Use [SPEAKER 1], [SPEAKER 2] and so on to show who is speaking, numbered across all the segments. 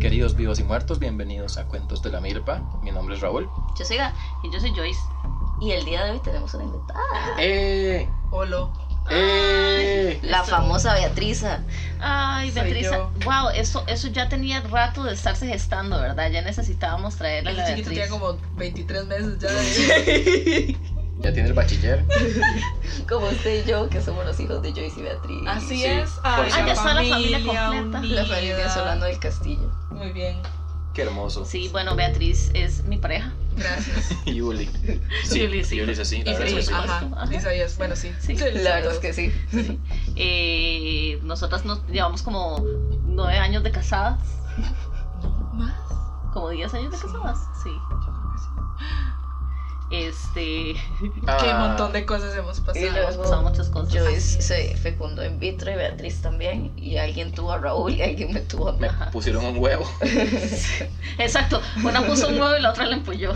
[SPEAKER 1] Queridos vivos y muertos, bienvenidos a Cuentos de la Milpa. Mi nombre es Raúl.
[SPEAKER 2] Yo soy Ga y yo soy Joyce. Y el día de hoy tenemos una invitada.
[SPEAKER 1] ¡Eh!
[SPEAKER 3] Olo.
[SPEAKER 1] ¡Eh!
[SPEAKER 2] La
[SPEAKER 3] Eso.
[SPEAKER 2] famosa Beatriza.
[SPEAKER 3] Ay,
[SPEAKER 4] Soy
[SPEAKER 3] Beatriz.
[SPEAKER 4] yo.
[SPEAKER 3] Wow, eso, eso ya tenía rato de estarse gestando, ¿verdad? Ya necesitábamos traerla a
[SPEAKER 4] El
[SPEAKER 3] la
[SPEAKER 4] chiquito
[SPEAKER 3] Beatriz.
[SPEAKER 4] tiene como 23 meses ya.
[SPEAKER 1] Ya tiene el bachiller.
[SPEAKER 2] Como usted y yo, que somos los hijos de Joyce y Beatriz.
[SPEAKER 4] Así
[SPEAKER 1] Sí,
[SPEAKER 4] es.
[SPEAKER 1] por
[SPEAKER 4] Ay,
[SPEAKER 1] si
[SPEAKER 3] Ah, ya
[SPEAKER 4] la
[SPEAKER 3] está la familia completa.
[SPEAKER 4] unida.
[SPEAKER 2] La familia Solano del Castillo.
[SPEAKER 4] Muy bien,
[SPEAKER 1] Qué hermoso.
[SPEAKER 3] Sí, bueno, Beatriz es mi pareja.
[SPEAKER 4] gracias.
[SPEAKER 1] Y Yuli. Sí,
[SPEAKER 3] Yuli, sí.
[SPEAKER 1] Yuli, sí, sí, la
[SPEAKER 3] Y
[SPEAKER 1] verdad
[SPEAKER 3] sí,
[SPEAKER 1] es que sí.
[SPEAKER 4] ajá.
[SPEAKER 3] Ajá.
[SPEAKER 4] Y sabías, bueno, sí.
[SPEAKER 3] Sí.
[SPEAKER 2] La verdad es que sí.
[SPEAKER 3] Eh, nosotras nos llevamos como nueve años de casadas.
[SPEAKER 4] ¿Más?
[SPEAKER 3] Como diez años de
[SPEAKER 4] Sí.
[SPEAKER 3] casadas. Sí. Este.
[SPEAKER 1] Ah,
[SPEAKER 4] Qué montón de cosas hemos
[SPEAKER 2] Y
[SPEAKER 4] pasado.
[SPEAKER 3] hemos pasado muchas cosas.
[SPEAKER 2] Joyce se fecundó in vitro y Beatriz también. Y alguien tuvo a Raúl y alguien me tuvo a mí.
[SPEAKER 1] Me
[SPEAKER 3] Ajá.
[SPEAKER 1] pusieron un huevo.
[SPEAKER 3] Exacto. Una puso un huevo y la otra le empulló.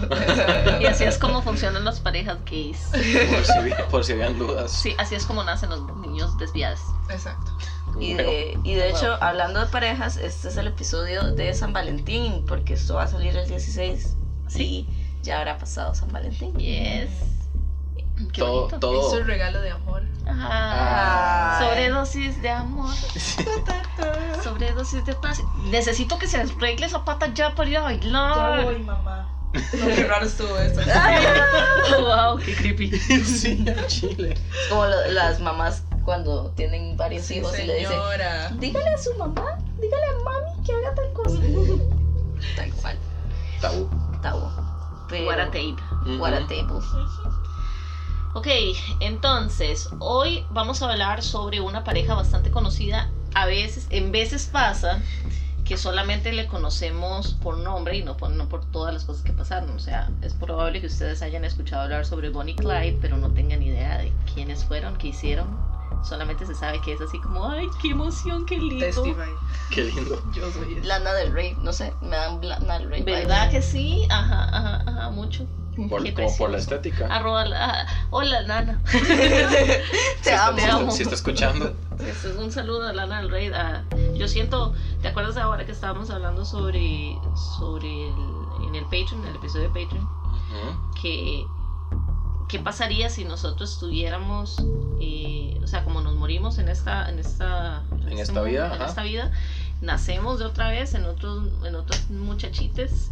[SPEAKER 3] Y así es como funcionan las parejas gays.
[SPEAKER 1] Por si, vi- por si habían dudas.
[SPEAKER 3] Sí, así es como nacen los niños desviados.
[SPEAKER 4] Exacto.
[SPEAKER 1] Un
[SPEAKER 2] Y
[SPEAKER 1] huevo.
[SPEAKER 2] de, y de hecho, hablando de parejas, este es el episodio de San Valentín, porque esto va a salir el 16.
[SPEAKER 3] Sí.
[SPEAKER 2] Y ya habrá pasado San Valentín.
[SPEAKER 3] Yes. Qué
[SPEAKER 1] Todo,
[SPEAKER 3] bonito.
[SPEAKER 4] Es
[SPEAKER 1] todo.
[SPEAKER 4] un regalo de amor.
[SPEAKER 1] Ah.
[SPEAKER 3] Ajá. Sobredosis de amor. Sobredosis de paz. Necesito que se arregle esa pata ya para ir a
[SPEAKER 4] Ya
[SPEAKER 3] bailar.
[SPEAKER 4] voy, mamá. No, qué raro estuvo eso.
[SPEAKER 3] Oh, wow, qué creepy.
[SPEAKER 1] sí, al chile.
[SPEAKER 2] Es como lo- las mamás cuando tienen varios hijos y le dicen,
[SPEAKER 4] Señora.
[SPEAKER 2] dígale a su mamá, dígale a mami que haga tal cosa. tal cual,
[SPEAKER 1] Tabú. Mm,
[SPEAKER 2] tabú. Pero,
[SPEAKER 3] What a tape.
[SPEAKER 1] Ujú.
[SPEAKER 2] what a table.
[SPEAKER 3] Ok, entonces, hoy vamos a hablar sobre una pareja bastante conocida. A veces, en veces pasa que solamente le conocemos por nombre y no por, no por todas las cosas que pasaron. O sea, es probable que ustedes hayan escuchado hablar sobre Bonnie y Clyde, pero no tengan idea de quiénes fueron, qué hicieron. Solamente se sabe que es así como, ay, qué emoción, qué lindo.
[SPEAKER 4] Testify.
[SPEAKER 1] Qué lindo.
[SPEAKER 4] Yo soy el-
[SPEAKER 2] Lana del Rey, no sé, me dan Lana del Rey.
[SPEAKER 3] ¿Verdad que sí? Ajá, ajá, ajá, mucho.
[SPEAKER 1] Por-
[SPEAKER 3] Qué
[SPEAKER 1] como por la
[SPEAKER 3] precioso.
[SPEAKER 1] estética.
[SPEAKER 3] Arroba la- hola, nana.
[SPEAKER 2] Te
[SPEAKER 1] está-
[SPEAKER 2] amo.
[SPEAKER 1] si-
[SPEAKER 3] amo.
[SPEAKER 1] Si está escuchando.
[SPEAKER 3] Este es un saludo a Lana del Rey. a- yo siento, ¿te acuerdas ahora que estábamos hablando sobre, sobre el, en el Patreon, en el episodio de Patreon,
[SPEAKER 1] Ujú.
[SPEAKER 3] que qué pasaría si nosotros estuviéramos, eh, o sea, como nos morimos en esta, en esta,
[SPEAKER 1] En
[SPEAKER 3] este
[SPEAKER 1] esta vida,
[SPEAKER 3] en
[SPEAKER 1] ajá.
[SPEAKER 3] esta vida, nacemos de otra vez en otros, en otros muchachites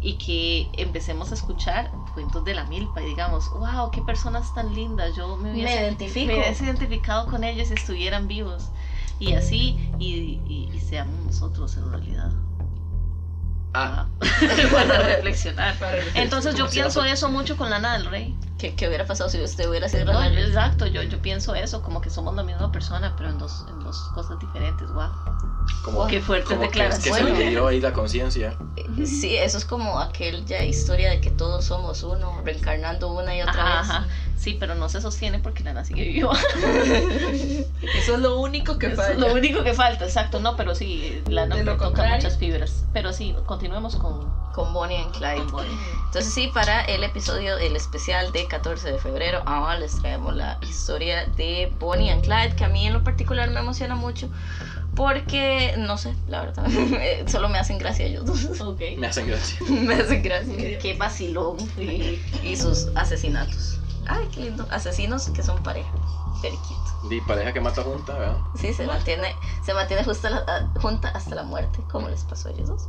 [SPEAKER 3] y que empecemos a escuchar cuentos de la milpa y digamos, wow, qué personas tan lindas, yo me
[SPEAKER 2] Me
[SPEAKER 3] hubiese
[SPEAKER 2] identifico.
[SPEAKER 3] me hubiese identificado con ellos si estuvieran vivos. Y así, y, y- y seamos nosotros en realidad.
[SPEAKER 1] Ah,
[SPEAKER 3] Para reflexionar.
[SPEAKER 4] Para el-
[SPEAKER 3] Entonces yo pienso eso mucho con Lana del Rey.
[SPEAKER 2] ¿Qué, qué hubiera pasado si usted hubiera sido
[SPEAKER 3] No,
[SPEAKER 2] Lana del Rey?
[SPEAKER 3] exacto, yo, yo pienso eso, como que somos la misma persona, pero en dos, en dos cosas diferentes. Wow.
[SPEAKER 1] como
[SPEAKER 3] Qué fuertes
[SPEAKER 1] como que, es que se
[SPEAKER 3] declaraciones.
[SPEAKER 2] Bueno.
[SPEAKER 1] le dio ahí la conciencia.
[SPEAKER 2] Eh, Sí, eso es como aquella historia de que todos somos uno, reencarnando una y otra
[SPEAKER 3] Ajá,
[SPEAKER 2] vez.
[SPEAKER 3] ajá. Sí, pero no se sostiene porque Lana sigue viva.
[SPEAKER 4] Eso es lo único que
[SPEAKER 3] Eso
[SPEAKER 4] falla.
[SPEAKER 3] es lo único que falta, exacto. No, pero sí, Lana
[SPEAKER 4] De
[SPEAKER 3] me
[SPEAKER 4] lo
[SPEAKER 3] toca
[SPEAKER 4] contrario.
[SPEAKER 3] muchas fibras. Pero sí, continuemos con,
[SPEAKER 2] Con Bonnie and Clyde.
[SPEAKER 3] con Bonnie.
[SPEAKER 2] Entonces sí, para el episodio, el especial de 14 de febrero, ahora les traemos la historia de Bonnie and Clyde, que a mí en lo particular me emociona mucho, porque, no sé, la verdad, eh, solo me hacen gracia ellos dos.
[SPEAKER 3] Ok.
[SPEAKER 1] Me hacen gracia.
[SPEAKER 2] me hacen gracia.
[SPEAKER 3] Qué vacilón. sí.
[SPEAKER 2] Y sus asesinatos. Ay, qué lindo. Asesinos que son pareja. Periquito.
[SPEAKER 1] Di pareja que mata junta, ¿verdad?
[SPEAKER 2] Sí, se mantiene, se mantiene justa la- a- junta hasta la muerte, como les pasó a ellos dos.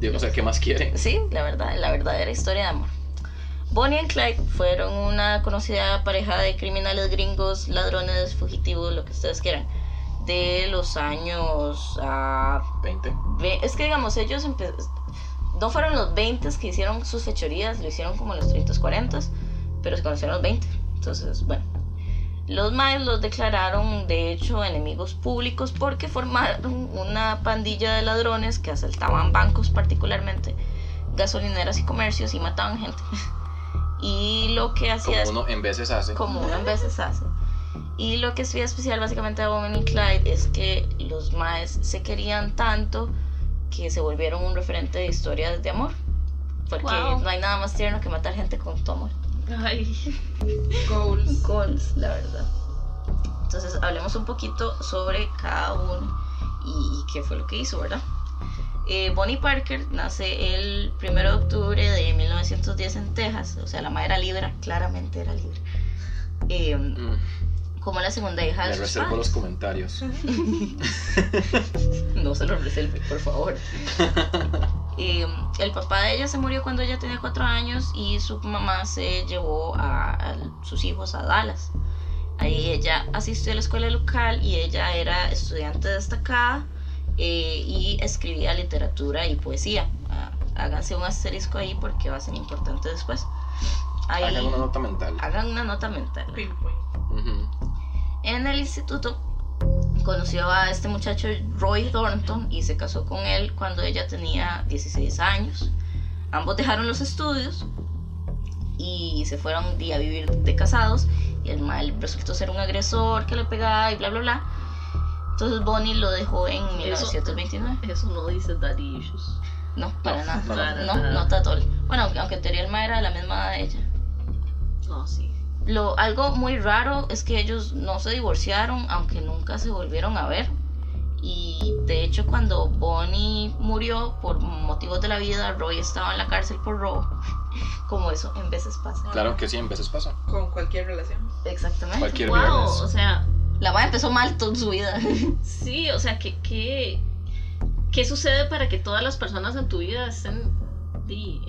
[SPEAKER 1] Digo, o sea, ¿qué más quiere?
[SPEAKER 2] Sí, la verdad, la verdadera historia de amor. Bonnie y Clyde fueron una conocida pareja de criminales gringos, ladrones, fugitivos, lo que ustedes quieran, de los años... ah,
[SPEAKER 1] 20.
[SPEAKER 2] ve- es que digamos, ellos empe- no fueron los 20 que hicieron sus fechorías, lo hicieron como en los 30, 40, pero se conocieron los 20. Entonces, bueno. Los maes los declararon de hecho enemigos públicos porque formaron una pandilla de ladrones que asaltaban bancos particularmente, gasolineras y comercios y mataban gente. Y lo que hacía
[SPEAKER 1] Como uno en veces hace.
[SPEAKER 2] como uno en veces hace. Y lo que es bien especial básicamente de Bonnie y Clyde es que los maes se querían tanto que se volvieron un referente de historias de amor. Porque
[SPEAKER 3] Wow.
[SPEAKER 2] no hay nada más tierno que matar gente con tu amor.
[SPEAKER 3] Ay.
[SPEAKER 4] Goals.
[SPEAKER 2] Goals, la verdad. Entonces hablemos un poquito sobre cada uno y, y qué fue lo que hizo, ¿verdad? Eh, Bonnie Parker nace el 1 de octubre de 1910 en Texas, o sea, la madre era libra, claramente era libra. Eh,
[SPEAKER 1] Mm,
[SPEAKER 2] como la segunda hija
[SPEAKER 1] me
[SPEAKER 2] de sus
[SPEAKER 1] reservo
[SPEAKER 2] padres.
[SPEAKER 1] los comentarios.
[SPEAKER 2] No se lo reserve, por favor. Eh, el papá de ella se murió cuando ella tenía cuatro años y su mamá se llevó a, a sus hijos a Dallas. Ahí ella asistió a la escuela local y ella era estudiante destacada eh, y escribía literatura y poesía. Ah, háganse un asterisco ahí porque va a ser importante después. Ahí,
[SPEAKER 1] Hagan una nota mental.
[SPEAKER 2] hagan una nota mental.
[SPEAKER 4] Pinpoint.
[SPEAKER 1] Ujú.
[SPEAKER 2] En el instituto conoció a este muchacho Roy Thornton y se casó con él cuando ella tenía 16 años. Ambos dejaron los estudios y se fueron un día a vivir de casados y el mal resultó ser un agresor que le pegaba y bla bla bla. Entonces Bonnie lo dejó en 1929.
[SPEAKER 3] Eso no dice daddy issues.
[SPEAKER 2] No, para nada.
[SPEAKER 1] no,
[SPEAKER 3] para
[SPEAKER 2] No,
[SPEAKER 3] nada.
[SPEAKER 2] no tanto. Bueno, aunque, aunque en teoría el mal era de la misma edad de ella.
[SPEAKER 3] No, sí.
[SPEAKER 2] Lo, algo muy raro es que ellos no se divorciaron, aunque nunca se volvieron a ver. Y de hecho, cuando Bonnie murió por motivos de la vida, Roy estaba en la cárcel por robo. Como eso en veces pasa.
[SPEAKER 1] Claro que sí, en veces pasa.
[SPEAKER 4] Con cualquier relación.
[SPEAKER 2] Exactamente.
[SPEAKER 1] Cualquier
[SPEAKER 3] wow,
[SPEAKER 1] viernes.
[SPEAKER 3] o sea,
[SPEAKER 2] La madre empezó mal toda su vida.
[SPEAKER 3] sí, o sea, que, que- ¿qué sucede para que todas las personas en tu vida estén di,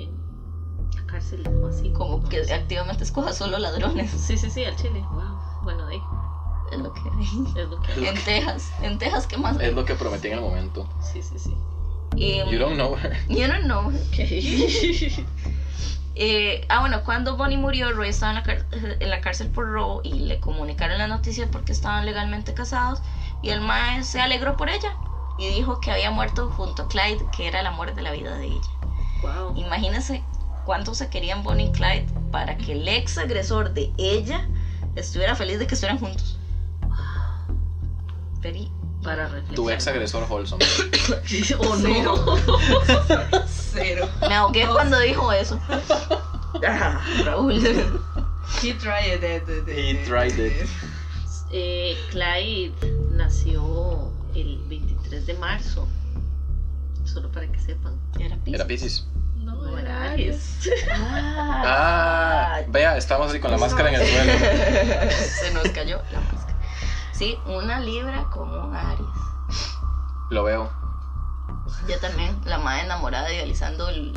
[SPEAKER 3] en la cárcel o así?
[SPEAKER 2] Como que activamente escoja solo ladrones.
[SPEAKER 3] Sí, sí, sí, al chile. Wow. Bueno, di,
[SPEAKER 2] Es lo que hay.
[SPEAKER 3] es lo que...
[SPEAKER 1] Es lo
[SPEAKER 2] En Texas. En Texas, ¿qué más?
[SPEAKER 1] Es lo que prometí en el momento.
[SPEAKER 3] Sí, sí, sí.
[SPEAKER 2] Em,
[SPEAKER 1] You don't know her.
[SPEAKER 2] you don't know.
[SPEAKER 3] Ok.
[SPEAKER 2] Eh, ah, bueno, cuando Bonnie murió, Roy estaba en la, car- en la cárcel por robo y le comunicaron la noticia porque estaban legalmente casados. Y el mae se alegró por ella y dijo que había muerto junto a Clyde, que era el amor de la vida de ella.
[SPEAKER 3] wow.
[SPEAKER 2] Imagínense cuánto se querían Bonnie y Clyde para que el ex agresor de ella estuviera feliz de que estuvieran juntos. Very-
[SPEAKER 3] Para reflexionar.
[SPEAKER 1] Tu ex agresor Holson.
[SPEAKER 3] o no.
[SPEAKER 4] Cero.
[SPEAKER 2] Me ahogué cuando dijo eso. Ah, Raúl.
[SPEAKER 4] He tried it. it, it,
[SPEAKER 1] He
[SPEAKER 4] it,
[SPEAKER 1] tried it.
[SPEAKER 3] Eh, Clyde nació el 23 de marzo. Solo para que sepan.
[SPEAKER 2] Era Piscis.
[SPEAKER 1] Era Pisces.
[SPEAKER 4] No,
[SPEAKER 3] No
[SPEAKER 4] era
[SPEAKER 3] era
[SPEAKER 4] Aries.
[SPEAKER 3] Aries.
[SPEAKER 2] Ah.
[SPEAKER 1] Ah, vea, estamos así con la máscara en el suelo.
[SPEAKER 2] Se nos cayó la máscara. Sí, una libra como Aries.
[SPEAKER 1] Lo veo.
[SPEAKER 2] Yo también, la madre enamorada idealizando el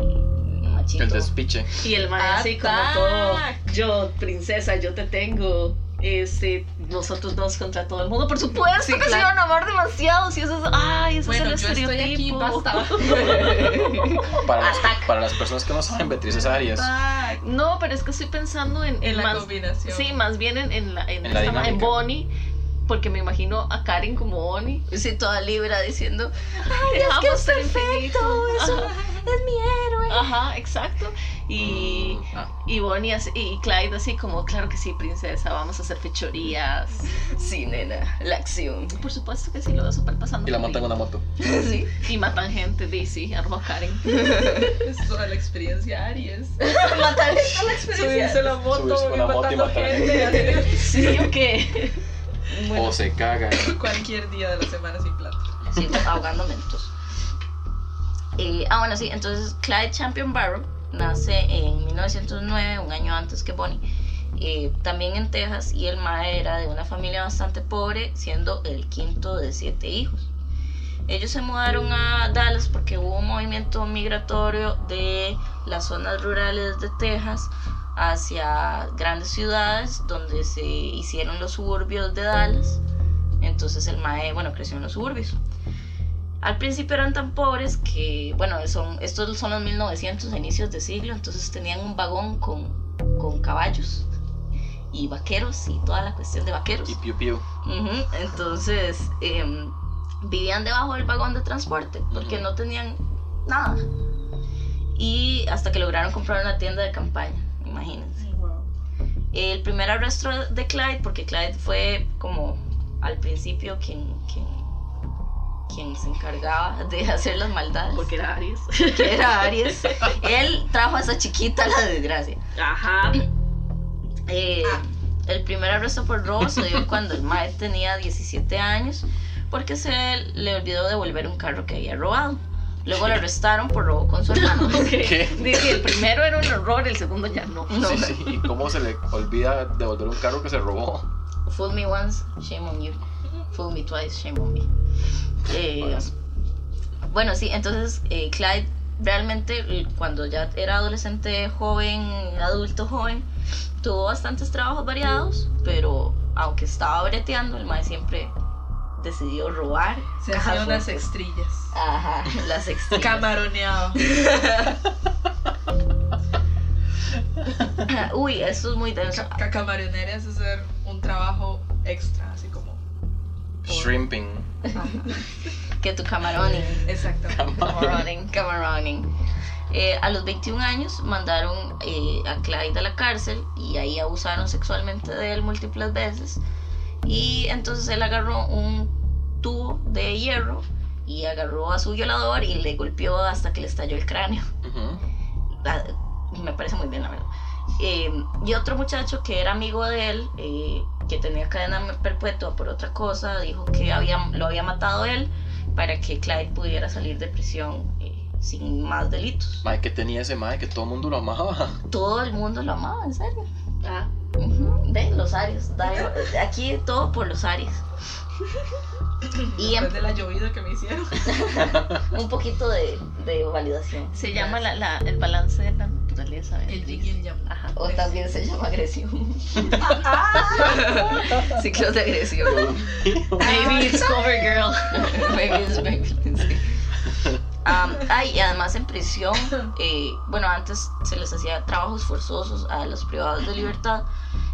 [SPEAKER 2] el machito.
[SPEAKER 1] El despiche.
[SPEAKER 3] Y el man así como
[SPEAKER 2] Atac.
[SPEAKER 3] todo. Yo, princesa, yo te tengo. Este, nosotros dos contra todo el mundo. Por supuesto
[SPEAKER 2] Sí,
[SPEAKER 3] que
[SPEAKER 2] claro.
[SPEAKER 3] se iban a amar demasiado. Si eso es. Ay, eso
[SPEAKER 4] Bueno, yo
[SPEAKER 3] es el
[SPEAKER 4] estoy
[SPEAKER 3] estereotipo.
[SPEAKER 4] aquí, basta.
[SPEAKER 1] Para, los-
[SPEAKER 2] Ataca.
[SPEAKER 1] para las personas que no saben, Beatriz es Arias.
[SPEAKER 4] Back.
[SPEAKER 3] No, pero es que estoy pensando en, en
[SPEAKER 4] En la
[SPEAKER 3] más-
[SPEAKER 4] combinación.
[SPEAKER 3] Sí, más bien en, en la, en,
[SPEAKER 1] En la
[SPEAKER 3] esta ma- en
[SPEAKER 1] dinámica.
[SPEAKER 3] Bonnie. Porque me imagino a Karen como Bonnie.
[SPEAKER 2] Sí, toda libra diciendo, ay, es que
[SPEAKER 3] Dejamos
[SPEAKER 2] es
[SPEAKER 3] ser
[SPEAKER 2] perfecto,
[SPEAKER 3] infinito".
[SPEAKER 2] es, un- es mi héroe.
[SPEAKER 3] Ajá, exacto. Y,
[SPEAKER 1] Ah,
[SPEAKER 3] y Bonnie así- y Clyde así como, claro que sí, princesa, vamos a hacer fechorías.
[SPEAKER 2] Sí, nena, la acción.
[SPEAKER 3] Por supuesto que sí, lo veo súper pasando.
[SPEAKER 1] y la
[SPEAKER 3] por
[SPEAKER 1] montan en una moto.
[SPEAKER 2] Sí.
[SPEAKER 3] ahí. Y matan gente, di, sí, armo a Karen.
[SPEAKER 4] Es toda la experiencia Aries.
[SPEAKER 2] Matar a la
[SPEAKER 4] Subirse la
[SPEAKER 1] Subirse
[SPEAKER 4] moto
[SPEAKER 1] con
[SPEAKER 4] y
[SPEAKER 1] la moto y
[SPEAKER 4] matando
[SPEAKER 1] matar
[SPEAKER 4] gente. así.
[SPEAKER 3] Sí, o qué.
[SPEAKER 1] O se caga.
[SPEAKER 4] Cualquier día de la semana sin plata.
[SPEAKER 2] Sí, ahogando mentos. Eh, ah, bueno, sí, entonces Clyde Champion Barrow nace en 1909, un año antes que Bonnie, eh, también en Texas, y el mae era de una familia bastante pobre, siendo el quinto de siete hijos. Ellos se mudaron a Dallas porque hubo un movimiento migratorio de las zonas rurales de Texas hacia grandes ciudades donde se hicieron los suburbios de Dallas. Entonces el mae, bueno, creció en los suburbios. Al principio eran tan pobres que, bueno, son, estos son los 1900, inicios de siglo, entonces tenían un vagón con, con caballos y vaqueros y toda la cuestión de vaqueros.
[SPEAKER 1] Y piu piu.
[SPEAKER 2] Ujú, Entonces em, vivían debajo del vagón de transporte porque
[SPEAKER 1] Ujú.
[SPEAKER 2] no tenían nada. Y hasta que lograron comprar una tienda de campaña, imagínense el primer arresto de Clyde, porque Clyde fue como al principio quien, quien, quien se encargaba de hacer las maldades,
[SPEAKER 3] Porque era Aries.
[SPEAKER 2] que era Aries. Él trajo a esa chiquita a la desgracia.
[SPEAKER 3] Ajá.
[SPEAKER 2] Eh, el primer arresto por robo se dio cuando el Mae tenía 17 años porque se le olvidó devolver un carro que había robado. Luego lo arrestaron por robo con su hermano.
[SPEAKER 3] Ok.
[SPEAKER 1] ¿Qué?
[SPEAKER 3] Dice, el primero era un horror, el segundo ya no.
[SPEAKER 2] No.
[SPEAKER 1] Sí, sí. ¿Y cómo se le olvida devolver un carro que se robó?
[SPEAKER 2] Fool me once, shame on you. Fool me twice, shame on me. Eh,
[SPEAKER 1] Bueno.
[SPEAKER 2] bueno, sí, entonces eh, Clyde realmente eh, cuando ya era adolescente joven, adulto joven, tuvo bastantes trabajos variados, pero aunque estaba breteando, el mae siempre decidió robar.
[SPEAKER 4] Se
[SPEAKER 2] cajas
[SPEAKER 4] hacían unas
[SPEAKER 2] fuertes.
[SPEAKER 4] estrillas.
[SPEAKER 2] Ajá, las extras.
[SPEAKER 4] Camaroneado.
[SPEAKER 2] Uy, esto es muy denso.
[SPEAKER 4] Ca- Camaronera es hacer un trabajo extra, así como.
[SPEAKER 1] Shrimping.
[SPEAKER 2] Que tu camaroning.
[SPEAKER 4] Exactamente.
[SPEAKER 2] Camaroning, camaroning. Eh, a los 21 años mandaron eh, a Clyde a la cárcel y ahí abusaron sexualmente de él múltiples veces. Y entonces él agarró un tubo de hierro y agarró a su violador y le golpeó hasta que le estalló el cráneo.
[SPEAKER 1] Ujú.
[SPEAKER 2] Ah, me parece muy bien, la verdad. Eh, y otro muchacho que era amigo de él, eh, que tenía cadena perpetua por otra cosa, dijo que había, lo había matado él para que Clyde pudiera salir de prisión eh, sin más delitos.
[SPEAKER 1] Mae, que tenía ese mae que todo el mundo lo amaba.
[SPEAKER 2] Todo el mundo lo amaba, en serio.
[SPEAKER 3] Ah,
[SPEAKER 2] Ujú, Ve, los Aries. da- Aquí todo por los Aries. Y em-
[SPEAKER 4] Después de la llovida que me hicieron.
[SPEAKER 2] un poquito de, de validación.
[SPEAKER 3] se llama la- la- el balance de la naturaleza.
[SPEAKER 4] El yin y el yang.
[SPEAKER 3] Ajá.
[SPEAKER 2] O también se llama agresión. Ciclos de agresión.
[SPEAKER 1] Ah.
[SPEAKER 3] Maybe it's Covergirl.
[SPEAKER 2] Babies, babies, sí. Am, ay, y además en prisión, eh, bueno, antes se les hacía trabajos forzosos a los privados de libertad.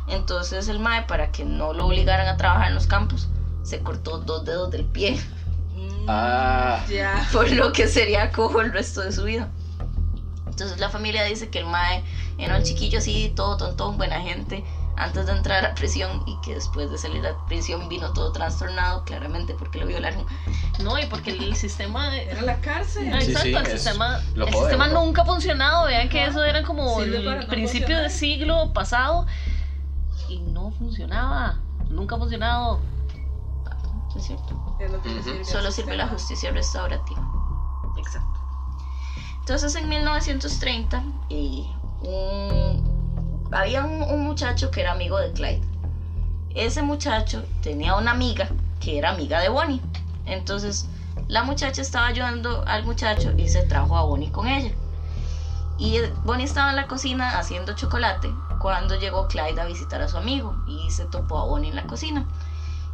[SPEAKER 2] Entonces el MAE, para que no lo obligaran a trabajar en los campos, se cortó dos dedos del pie,
[SPEAKER 4] Mm,
[SPEAKER 1] Ah.
[SPEAKER 4] Ya.
[SPEAKER 2] por lo que sería cojo el resto de su vida. Entonces la familia dice que el MAE era un chiquillo así, todo tontón, buena gente, antes de entrar a prisión y que después de salir a prisión vino todo trastornado, claramente porque lo violaron.
[SPEAKER 3] No, y porque el sistema. de-
[SPEAKER 4] Era la cárcel.
[SPEAKER 3] Ah,
[SPEAKER 1] Sí,
[SPEAKER 3] exacto,
[SPEAKER 1] sí,
[SPEAKER 3] el
[SPEAKER 1] es-
[SPEAKER 3] sistema,
[SPEAKER 1] lo
[SPEAKER 3] el
[SPEAKER 1] jode,
[SPEAKER 3] sistema
[SPEAKER 1] ¿no?
[SPEAKER 3] nunca ha funcionado. Vean que
[SPEAKER 4] Ajá.
[SPEAKER 3] eso era como
[SPEAKER 4] Sirve
[SPEAKER 3] el
[SPEAKER 4] para no
[SPEAKER 3] principio
[SPEAKER 4] funcionar.
[SPEAKER 3] del siglo pasado y no funcionaba. Nunca ha funcionado.
[SPEAKER 2] Es cierto.
[SPEAKER 4] Es lo que le
[SPEAKER 1] Ujú.
[SPEAKER 4] el
[SPEAKER 2] solo sirve la
[SPEAKER 4] sistema.
[SPEAKER 2] justicia restaurativa. Exacto. Entonces en 1930 eh, un- había un, un muchacho que era amigo de Clyde. Ese muchacho tenía una amiga que era amiga de Bonnie. Entonces la muchacha estaba ayudando al muchacho y se trajo a Bonnie con ella. Y eh, Bonnie estaba en la cocina haciendo chocolate cuando llegó Clyde a visitar a su amigo y se topó a Bonnie en la cocina.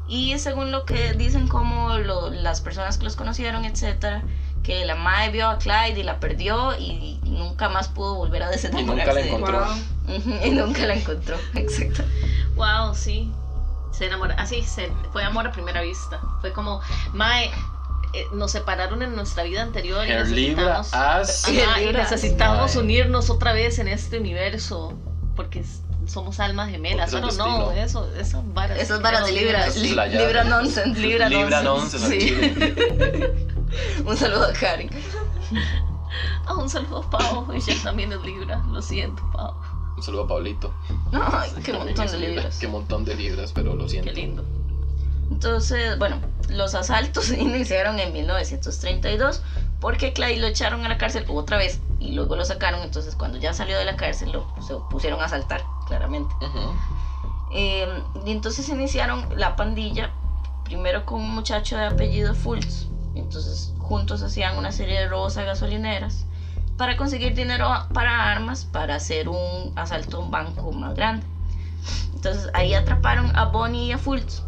[SPEAKER 2] Y según lo que dicen como lo- las personas que los conocieron, etcétera, que la madre vio a Clyde y la perdió y nunca más pudo volver a desenamorarse. de él.
[SPEAKER 1] encontró.
[SPEAKER 4] Wow.
[SPEAKER 2] Ujú, y nunca la encontró, exacto.
[SPEAKER 3] Wow, sí. Se enamora. Así, se, fue amor a primera vista. Fue como, Mae, eh, nos separaron en nuestra vida anterior y
[SPEAKER 1] Her Libra
[SPEAKER 3] necesitamos,
[SPEAKER 1] as.
[SPEAKER 3] Ajá, y
[SPEAKER 2] Libra.
[SPEAKER 3] necesitamos
[SPEAKER 1] Mae.
[SPEAKER 3] unirnos otra vez en este universo porque s- somos almas gemelas.
[SPEAKER 1] Porque
[SPEAKER 3] Bueno,
[SPEAKER 1] son
[SPEAKER 3] no,
[SPEAKER 1] destino.
[SPEAKER 3] eso, esas varas.
[SPEAKER 2] Esas varas de Libra,
[SPEAKER 1] Esas
[SPEAKER 2] li-
[SPEAKER 1] playadas.
[SPEAKER 2] Libra nonsense, Libra,
[SPEAKER 1] Libra
[SPEAKER 2] nonsense.
[SPEAKER 1] nonsense, al
[SPEAKER 2] sí. Un saludo a Karen.
[SPEAKER 3] Ah, un saludo a Pau. Ella también es Libra. Lo siento, Pau.
[SPEAKER 1] Un saludo a Pablito.
[SPEAKER 2] Ay, qué montón de libras.
[SPEAKER 1] Qué montón de libras, pero lo siento.
[SPEAKER 3] Qué lindo.
[SPEAKER 2] Entonces, bueno, los asaltos se iniciaron en 1932 porque Clyde lo echaron a la cárcel otra vez y luego lo sacaron. Entonces, cuando ya salió de la cárcel, lo se pusieron a asaltar, claramente.
[SPEAKER 1] Ujú.
[SPEAKER 2] Eh, y entonces iniciaron la pandilla, primero con un muchacho de apellido Fultz. Entonces, juntos hacían una serie de robos a gasolineras para conseguir dinero a- para armas para hacer un asalto a un banco más grande. Entonces, ahí atraparon a Bonnie y a Fultz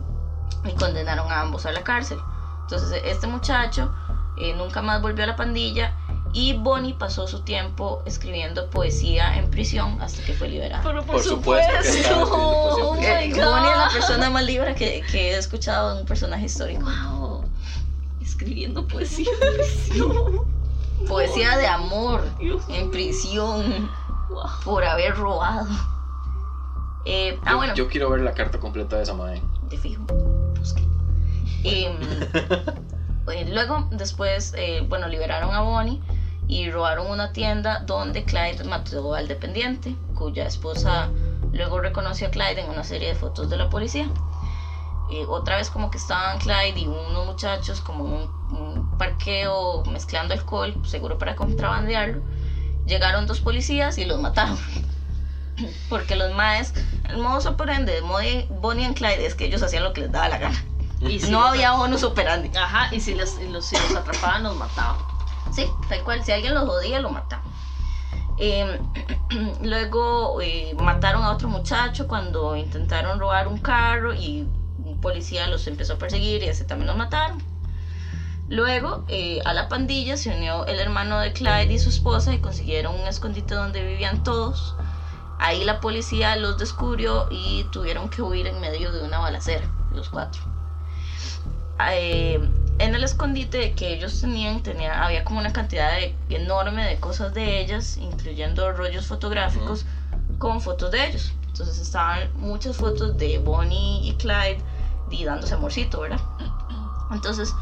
[SPEAKER 2] y condenaron a ambos a la cárcel. Entonces, este muchacho eh, nunca más volvió a la pandilla y Bonnie pasó su tiempo escribiendo poesía en prisión hasta que fue liberada.
[SPEAKER 3] Pero por,
[SPEAKER 1] Ah, Por supuesto que
[SPEAKER 3] supuesto.
[SPEAKER 1] estaba
[SPEAKER 3] Oh
[SPEAKER 1] escribiendo
[SPEAKER 2] Eh,
[SPEAKER 3] my
[SPEAKER 2] Bonnie es la
[SPEAKER 3] god.
[SPEAKER 2] persona más libre que, que he escuchado de un personaje histórico.
[SPEAKER 3] Wow. Escribiendo poesía. en prisión.
[SPEAKER 2] Poesía de amor
[SPEAKER 3] Dios
[SPEAKER 2] en prisión
[SPEAKER 3] Wow.
[SPEAKER 2] por haber robado. Eh, ah,
[SPEAKER 1] Yo-
[SPEAKER 2] bueno,
[SPEAKER 1] yo, quiero ver la carta completa de esa mae.
[SPEAKER 2] de fijo. busqué. Em, eh, luego, después, eh, bueno, liberaron a Bonnie y robaron una tienda donde Clyde mató al dependiente, cuya esposa luego reconoció a Clyde en una serie de fotos de la policía. Eh, otra vez como que estaban Clyde y unos muchachos como en un, un parqueo mezclando alcohol, seguro para contrabandearlo. Llegaron dos policías y los mataron. Porque los maes, el modo sorprendente de Modi- Bonnie and Clyde es que ellos hacían lo que les daba la gana.
[SPEAKER 3] Y si
[SPEAKER 2] no
[SPEAKER 3] los-
[SPEAKER 2] había bonus operandi.
[SPEAKER 3] Ajá, y si los, y los- si los atrapaban, los mataban.
[SPEAKER 2] Sí, tal cual. Si alguien los jodía, lo mataban. Eh, luego eh, mataron a otro muchacho cuando intentaron robar un carro y un policía los empezó a perseguir y ese también los mataron. Luego eh, a la pandilla se unió el hermano de Clyde y su esposa y consiguieron un escondite donde vivían todos. Ahí la policía los descubrió y tuvieron que huir en medio de una balacera, los cuatro eh, en el escondite que ellos tenían, tenía, había como una cantidad de- enorme de cosas de ellas, incluyendo rollos fotográficos con fotos de ellos. Entonces estaban muchas fotos de Bonnie y Clyde y dándose amorcito, ¿verdad? Entonces,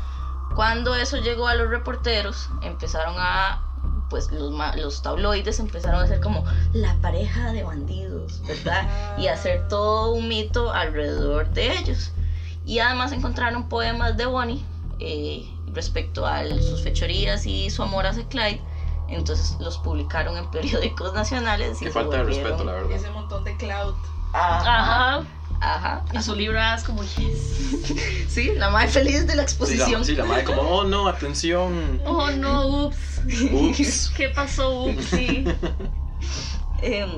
[SPEAKER 2] cuando eso llegó a los reporteros, empezaron a, pues los, ma- los tabloides empezaron a hacer como la pareja de bandidos, ¿verdad? Y hacer todo un mito alrededor de ellos. Y además encontraron poemas de Bonnie eh, respecto a el- sus fechorías y su amor hacia Clyde. Entonces los publicaron en periódicos nacionales. y
[SPEAKER 5] Qué
[SPEAKER 2] se
[SPEAKER 5] falta de respeto,
[SPEAKER 2] volvieron-
[SPEAKER 5] la verdad.
[SPEAKER 4] Ese montón de cloud.
[SPEAKER 2] Ajá.
[SPEAKER 3] Ajá.
[SPEAKER 2] Ajá.
[SPEAKER 3] Y su libro es como, yes.
[SPEAKER 2] Sí, la más feliz de la
[SPEAKER 5] Sí, la,
[SPEAKER 2] exposición.
[SPEAKER 5] sí, la madre como, oh no, atención.
[SPEAKER 3] Oh no, ups.
[SPEAKER 5] Ups.
[SPEAKER 3] ¿Qué pasó, ups?
[SPEAKER 2] Em,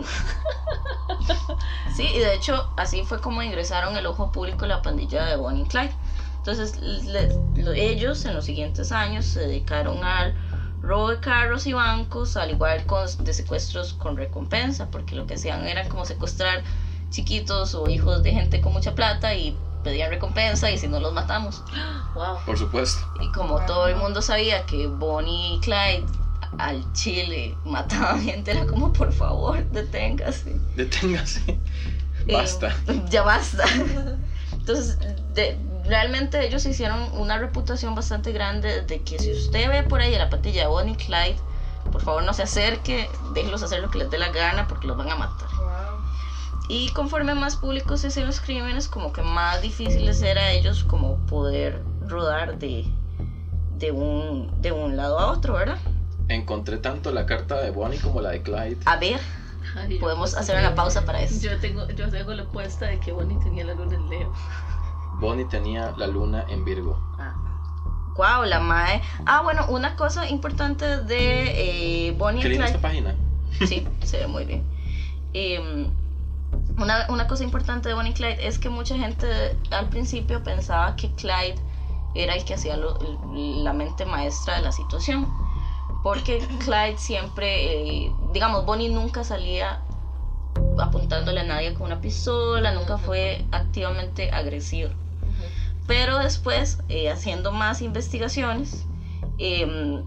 [SPEAKER 2] sí, y de hecho así fue como ingresaron el ojo público la pandilla de Bonnie y Clyde. Entonces le- lo- ellos en los siguientes años se dedicaron al robo de carros y bancos, al igual con, de secuestros con recompensa, porque lo que hacían era como secuestrar chiquitos o hijos de gente con mucha plata y pedían recompensa y si no los matamos.
[SPEAKER 3] Wow.
[SPEAKER 5] Por supuesto.
[SPEAKER 2] Y como
[SPEAKER 4] Wow.
[SPEAKER 2] todo el mundo sabía que Bonnie y Clyde al chile mataban gente, era como, por favor, deténgase.
[SPEAKER 5] Deténgase.
[SPEAKER 2] Eh,
[SPEAKER 5] Basta.
[SPEAKER 2] ya basta. Entonces, de- realmente ellos hicieron una reputación bastante grande de que si usted ve por ahí a la patilla de Bonnie y Clyde, por favor no se acerque, déjelos hacer lo que les dé la gana porque los van a matar.
[SPEAKER 4] Wow.
[SPEAKER 2] Y conforme más públicos se hacían los crímenes, como que más difíciles era a ellos como poder rodar de, de, un, de un lado a otro, ¿verdad?
[SPEAKER 5] Encontré tanto la carta de Bonnie como la de Clyde.
[SPEAKER 2] A ver,
[SPEAKER 3] Ay,
[SPEAKER 2] podemos
[SPEAKER 3] yo-
[SPEAKER 2] hacer una pausa para eso.
[SPEAKER 3] Yo tengo, yo tengo la apuesta de que Bonnie tenía la luna en Leo.
[SPEAKER 5] Bonnie tenía la luna en Virgo.
[SPEAKER 2] Wow, Ah. la mae. Ah, bueno, una cosa importante de eh, Bonnie
[SPEAKER 5] Qué
[SPEAKER 2] y
[SPEAKER 5] linda
[SPEAKER 2] Clyde.
[SPEAKER 5] esta página.
[SPEAKER 2] Sí, se ve muy bien. Em, una, una cosa importante de Bonnie y Clyde es que mucha gente al principio pensaba que Clyde era el que hacía lo- la mente maestra de la situación. Porque Clyde siempre, eh, digamos, Bonnie nunca salía apuntándole a nadie con una pistola, nunca fue activamente agresiva. Pero después, eh, haciendo más investigaciones, em,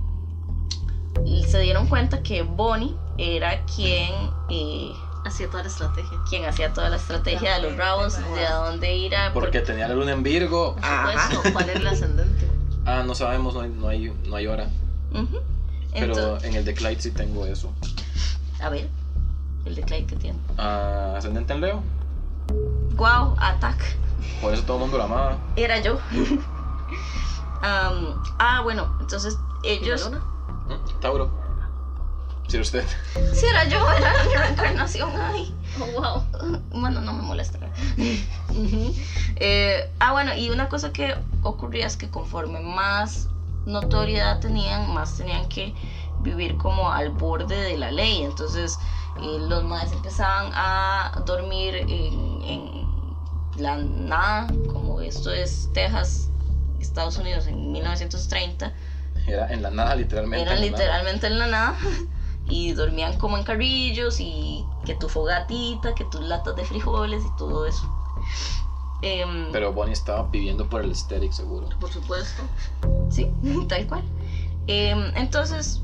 [SPEAKER 2] se dieron cuenta que Bonnie era quien, eh,
[SPEAKER 3] Hacía toda la estrategia.
[SPEAKER 2] quien hacía toda la estrategia de los rabos, de a dónde ir a...
[SPEAKER 5] Porque tenía la luna en Virgo.
[SPEAKER 3] Por
[SPEAKER 2] Ajá.
[SPEAKER 3] supuesto, ¿cuál es el ascendente?
[SPEAKER 5] Ah, no sabemos, no hay, no hay, no hay hora.
[SPEAKER 2] Ujú.
[SPEAKER 5] Pero
[SPEAKER 2] Entonces-
[SPEAKER 5] en el de Clyde sí tengo eso.
[SPEAKER 2] A ver, el de Clyde que tiene.
[SPEAKER 5] Ah, ascendente en Leo.
[SPEAKER 2] Wow, ataque.
[SPEAKER 5] Por eso todo el mundo la amaba.
[SPEAKER 2] Era yo. Am, ah, bueno, entonces
[SPEAKER 3] ¿Y la
[SPEAKER 2] ellos.
[SPEAKER 3] luna?
[SPEAKER 5] ¿Mm? Tauro. Sí, usted.
[SPEAKER 2] Si era yo, era mi reencarnación. Ay,
[SPEAKER 3] Oh, wow.
[SPEAKER 2] bueno, no me molesta. Ujú. Eh, ah, bueno, y una cosa que ocurría es que conforme más notoriedad tenían, más tenían que vivir como al borde de la ley. Entonces, eh, los madres empezaban a dormir en, en la nada, como esto es Texas, Estados Unidos en 1930.
[SPEAKER 5] Era en la nada, literalmente.
[SPEAKER 2] Eran
[SPEAKER 5] en la nada.
[SPEAKER 2] literalmente en la nada y dormían como en carrillos y que tu fogatita, que tus latas de frijoles y todo eso. Em,
[SPEAKER 5] Pero Bonnie estaba viviendo por el aesthetic, seguro.
[SPEAKER 3] Por supuesto.
[SPEAKER 2] Sí, tal cual. Em, entonces,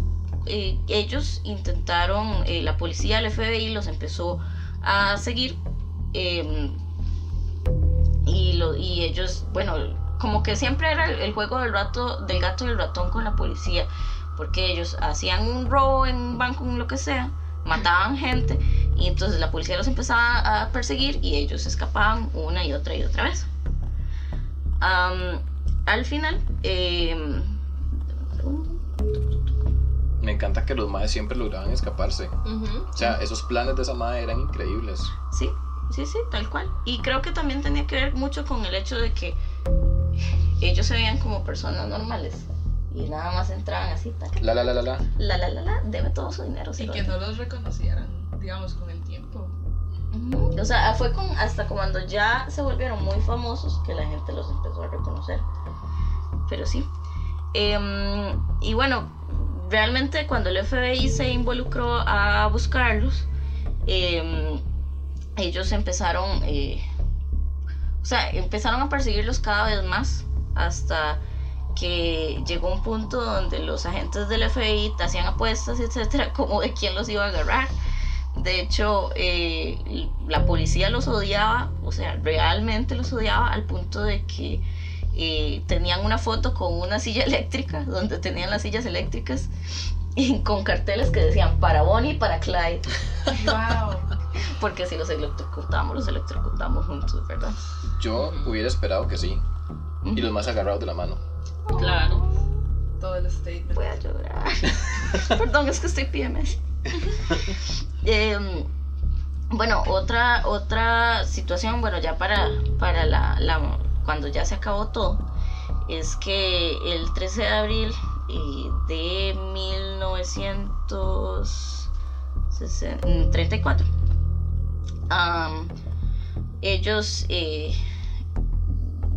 [SPEAKER 2] eh, ellos intentaron, eh, la policía, el FBI los empezó a seguir. em, y, lo- y ellos, bueno, como que siempre era el, el juego del, rato, del gato y el ratón con la policía. Porque ellos hacían un robo en un banco, en lo que sea, mataban gente. Y entonces la policía los empezaba a perseguir y ellos escapaban una y otra y otra vez. Am, al final, eh,
[SPEAKER 5] encanta que los maes siempre lograban escaparse.
[SPEAKER 3] Ujú.
[SPEAKER 5] O
[SPEAKER 2] Mm.
[SPEAKER 5] sea, esos planes de esa madre eran increíbles.
[SPEAKER 2] Sí, sí, sí, tal cual. Y creo que también tenía que ver mucho con el hecho de que ellos se veían como personas normales y nada más entraban así, tac,
[SPEAKER 5] La, la, la, la, la.
[SPEAKER 2] la, la, la, la, deme todo su dinero.
[SPEAKER 4] Y que
[SPEAKER 2] cerote.
[SPEAKER 4] no los reconocieran, digamos, con el tiempo.
[SPEAKER 2] Ujú. O sea, fue con, hasta cuando ya se volvieron muy famosos que la gente los empezó a reconocer. Pero sí. Em, y bueno, realmente cuando el FBI se involucró a buscarlos, em, ellos empezaron, eh, o sea, empezaron a perseguirlos cada vez más hasta que llegó un punto donde los agentes del FBI hacían apuestas, etcétera, como de quién los iba a agarrar. De hecho, eh, la policía los odiaba, o sea, realmente los odiaba al punto de que eh, tenían una foto con una silla eléctrica, donde tenían las sillas eléctricas, y con carteles que decían para Bonnie y para Clyde,
[SPEAKER 4] ¡Wow!
[SPEAKER 2] porque si los electrocutamos, los electrocutamos juntos, ¿verdad?
[SPEAKER 5] Yo hubiera esperado que sí. Y los más agarrados de la mano.
[SPEAKER 3] Claro.
[SPEAKER 4] Todo el statement.
[SPEAKER 2] Voy a llorar. Perdón, es que estoy PMS. Em, bueno, otra, otra situación, bueno, ya para, para la, la- cuando ya se acabó todo, es que el 13 de abril eh, de 1934, am, ellos eh,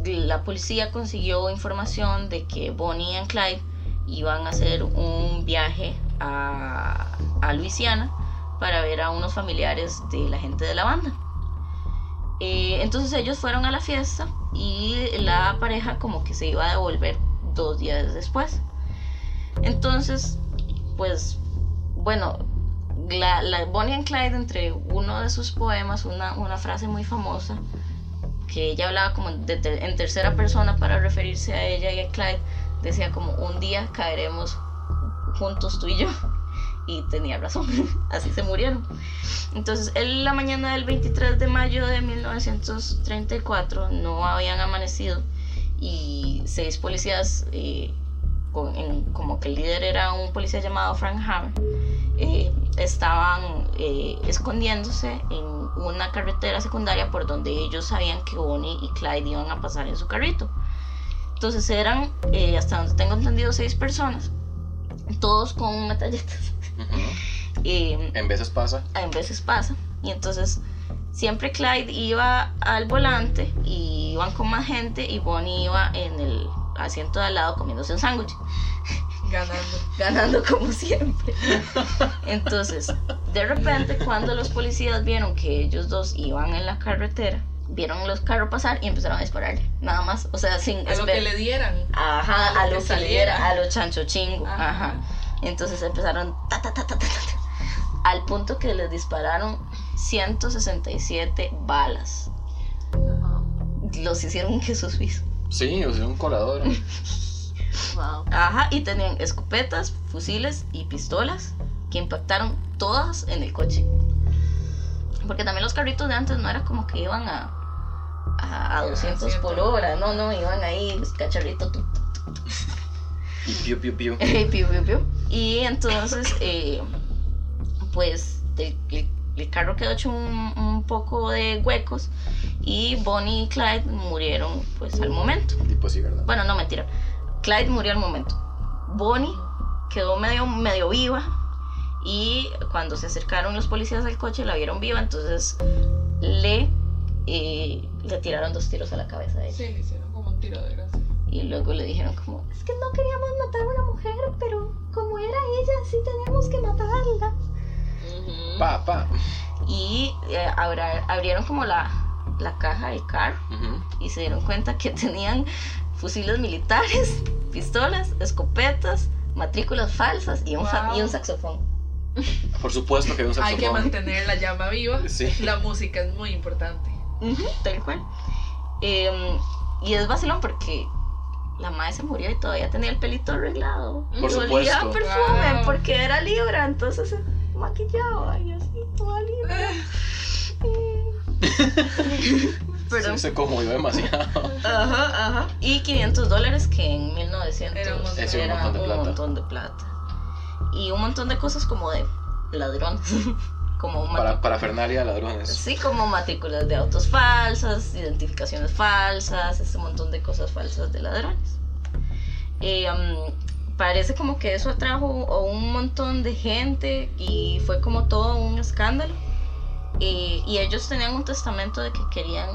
[SPEAKER 2] la policía consiguió información de que Bonnie y Clyde iban a hacer un viaje a, a Luisiana para ver a unos familiares de la gente de la banda. Eh, entonces ellos fueron a la fiesta y la pareja como que se iba a devolver dos días después. Entonces, pues, bueno, la, la- Bonnie and Clyde entre uno de sus poemas, una, una frase muy famosa, que ella hablaba como de ter- en tercera persona para referirse a ella y a Clyde, decía como un día caeremos juntos tú y yo. Y tenía razón, así se murieron. Entonces, en la mañana del 23 de mayo de 1934 no habían amanecido y seis policías, eh, con- en- como que el líder era un policía llamado Frank Hammer, eh, estaban eh, escondiéndose en una carretera secundaria por donde ellos sabían que Bonnie y Clyde iban a pasar en su carrito. Entonces eran, eh, hasta donde tengo entendido, seis personas, todos con metralletas.
[SPEAKER 5] Ujú.
[SPEAKER 2] Eh,
[SPEAKER 5] En veces pasa.
[SPEAKER 2] a veces pasa. Y entonces siempre Clyde iba al volante y iban con más gente y Bonnie iba en el asiento de al lado comiéndose un sándwich
[SPEAKER 4] Ganando.
[SPEAKER 2] ganando como siempre. Entonces, de repente, cuando los policías vieron que ellos dos iban en la carretera, vieron los carros pasar y empezaron a dispararle. Nada más, o sea, sin
[SPEAKER 4] A lo
[SPEAKER 2] esper-
[SPEAKER 4] que le dieran.
[SPEAKER 2] Ajá, a
[SPEAKER 4] a lo
[SPEAKER 2] lo
[SPEAKER 4] que
[SPEAKER 2] que le diera,
[SPEAKER 4] saliera.
[SPEAKER 2] a lo chancho chingo. Ajá.
[SPEAKER 4] Ajá.
[SPEAKER 2] Entonces empezaron ta, ta, ta, ta, ta, ta, ta, al punto que les dispararon 167 balas. Los hicieron que sus
[SPEAKER 5] Sí, o sea, un colador.
[SPEAKER 3] Wow.
[SPEAKER 2] Ajá, y tenían escopetas, fusiles y pistolas que impactaron todas en el coche. Porque también los carritos de antes no era como que iban a, a, a 200 por hora, no, no, iban ahí, los cacharritos. tu, tu,
[SPEAKER 5] Y piu, piu, piu.
[SPEAKER 2] piu, piu, piu. Y entonces, eh, pues el, el- el carro quedó hecho un, un poco de huecos y Bonnie y Clyde murieron pues al momento.
[SPEAKER 5] Y pues sí, ¿verdad?
[SPEAKER 2] Bueno, no, mentira. Clyde murió al momento. Bonnie quedó medio, medio viva. Y cuando se acercaron los policías al coche, la vieron viva. Entonces le, eh, le tiraron dos tiros a la cabeza de ella.
[SPEAKER 4] Sí, le hicieron como un tiro de gracia.
[SPEAKER 2] Y luego le dijeron como, es que no queríamos matar a una mujer, pero como era ella, sí teníamos que matarla.
[SPEAKER 3] Ujú.
[SPEAKER 5] Pa, pa.
[SPEAKER 2] Y eh, abra- abrieron como la, la caja del carro.
[SPEAKER 5] Ujú.
[SPEAKER 2] y se dieron cuenta que tenían fusiles militares, pistolas, escopetas, matrículas falsas y un, fa-
[SPEAKER 4] Wow.
[SPEAKER 2] y un saxofón.
[SPEAKER 5] Por supuesto que hay un
[SPEAKER 4] Hay que
[SPEAKER 5] saxofón.
[SPEAKER 4] mantener la llama viva.
[SPEAKER 5] Sí.
[SPEAKER 4] La música es muy importante.
[SPEAKER 2] Ujú, Tal cual. Em, y es vacilón porque la madre se murió y todavía tenía el pelito arreglado.
[SPEAKER 5] Por
[SPEAKER 2] y olía a
[SPEAKER 5] supuesto.
[SPEAKER 2] perfume
[SPEAKER 4] Wow.
[SPEAKER 2] porque era libra, entonces se maquillaba y así, toda libra. Mm. Perdón.
[SPEAKER 5] Sí, se conmovió demasiado.
[SPEAKER 2] Ajá, ajá. Y 500 dólares que en 1900
[SPEAKER 4] Era un montón.
[SPEAKER 5] Ese era un montón de plata.
[SPEAKER 2] montón de plata. y un montón de cosas como de ladrones, como
[SPEAKER 5] Para, para Fernalia ladrones.
[SPEAKER 2] Pues Sí, como matrículas de autos falsas, identificaciones falsas, ese montón de cosas falsas de ladrones. Eh, mm, parece como que eso atrajo a un montón de gente y fue como todo un escándalo. Eh, y ellos tenían un testamento de que querían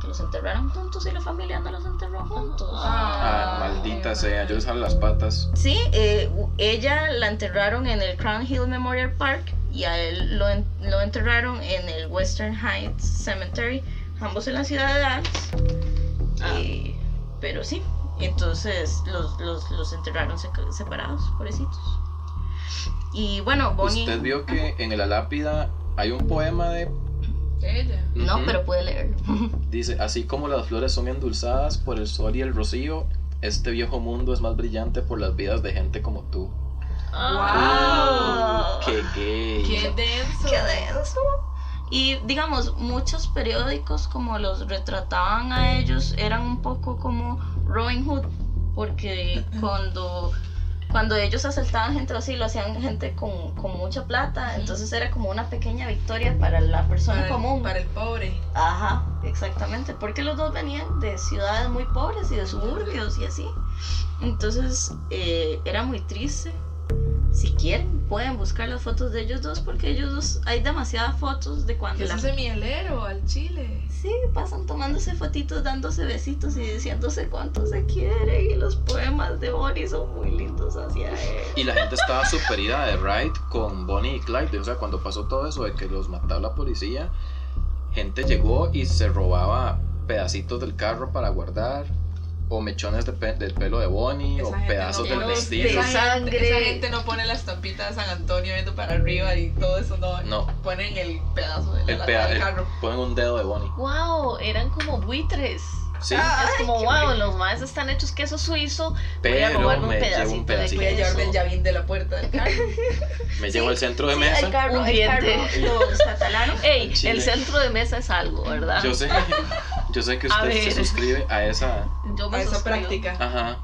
[SPEAKER 2] que los enterraran juntos y la familia no los enterró juntos.
[SPEAKER 5] Ah, maldita sea, yo les jalo las patas.
[SPEAKER 2] Sí, eh, u- ella la enterraron en el Crown Hill Memorial Park y a él lo, en- lo enterraron en el Western Heights Cemetery, ambos en la ciudad de Dallas.
[SPEAKER 3] Ah.
[SPEAKER 2] Eh, pero sí, entonces los, los, los enterraron seca- separados, pobrecitos. Y bueno, Bonnie...
[SPEAKER 5] Usted vio que en la lápida hay un poema de...
[SPEAKER 4] Ella.
[SPEAKER 2] No,
[SPEAKER 5] Ujú.
[SPEAKER 2] pero puede leerlo.
[SPEAKER 5] Dice, así como las flores son endulzadas por el sol y el rocío, este viejo mundo es más brillante por las vidas de gente como tú.
[SPEAKER 2] Ah.
[SPEAKER 5] ¡Qué gay!
[SPEAKER 4] Qué denso.
[SPEAKER 2] Qué denso. Y digamos, muchos periódicos como los retrataban a ellos eran un poco como Robin Hood, porque cuando, cuando ellos asaltaban gente así, lo hacían gente con, con mucha plata, entonces era como una pequeña victoria para la persona
[SPEAKER 4] Para,
[SPEAKER 2] común.
[SPEAKER 4] para el pobre.
[SPEAKER 2] Ajá, exactamente, porque los dos venían de ciudades muy pobres y de suburbios y así. Entonces eh, era muy triste. Si quieren, pueden buscar las fotos de ellos dos porque ellos dos hay demasiadas fotos de cuando
[SPEAKER 4] Que se
[SPEAKER 2] la-
[SPEAKER 4] hace mielero al chile.
[SPEAKER 2] Sí, pasan tomándose fotitos, dándose besitos y diciéndose cuánto se quieren y los poemas de Bonnie son muy lindos hacia él.
[SPEAKER 5] Y la gente estaba súper ida de Wright con Bonnie y Clyde. O sea, cuando pasó todo eso de que los mataba la policía, gente llegó y se robaba pedacitos del carro para guardar, o mechones de pe- del pelo de Bonnie,
[SPEAKER 4] Esa
[SPEAKER 5] o
[SPEAKER 4] gente
[SPEAKER 5] pedazos
[SPEAKER 4] no
[SPEAKER 5] del
[SPEAKER 4] conoce.
[SPEAKER 5] vestido.
[SPEAKER 2] De sangre.
[SPEAKER 4] Esa gente no pone la estampita de San Antonio viendo para arriba y todo eso, no.
[SPEAKER 5] No,
[SPEAKER 4] Ponen el pedazo de la
[SPEAKER 5] el
[SPEAKER 4] lata
[SPEAKER 5] peda
[SPEAKER 4] del
[SPEAKER 5] el-
[SPEAKER 4] carro.
[SPEAKER 5] ponen un dedo de Bonnie.
[SPEAKER 3] Wow, eran como buitres.
[SPEAKER 5] Sí,
[SPEAKER 3] es como, wow, los maes están hechos queso suizo.
[SPEAKER 5] pero
[SPEAKER 3] robarme un
[SPEAKER 5] me llevo
[SPEAKER 3] pedacito
[SPEAKER 5] un
[SPEAKER 3] de
[SPEAKER 5] pedacito.
[SPEAKER 4] Voy a
[SPEAKER 3] queso.
[SPEAKER 4] llevarme el llavín de la puerta del carro.
[SPEAKER 5] Me llevo el centro de
[SPEAKER 2] Sí,
[SPEAKER 5] mesa.
[SPEAKER 2] el carro,
[SPEAKER 3] Un
[SPEAKER 2] el
[SPEAKER 3] diente.
[SPEAKER 2] carro los catalanos.
[SPEAKER 3] Ey,
[SPEAKER 5] Chile.
[SPEAKER 3] el centro de mesa es algo, ¿verdad?
[SPEAKER 5] Yo sé, yo sé que
[SPEAKER 3] ah. A
[SPEAKER 5] usted se
[SPEAKER 3] ver.
[SPEAKER 5] suscribe a esa.
[SPEAKER 3] Yo
[SPEAKER 4] A esa
[SPEAKER 3] suscribo.
[SPEAKER 4] práctica.
[SPEAKER 5] Ajá.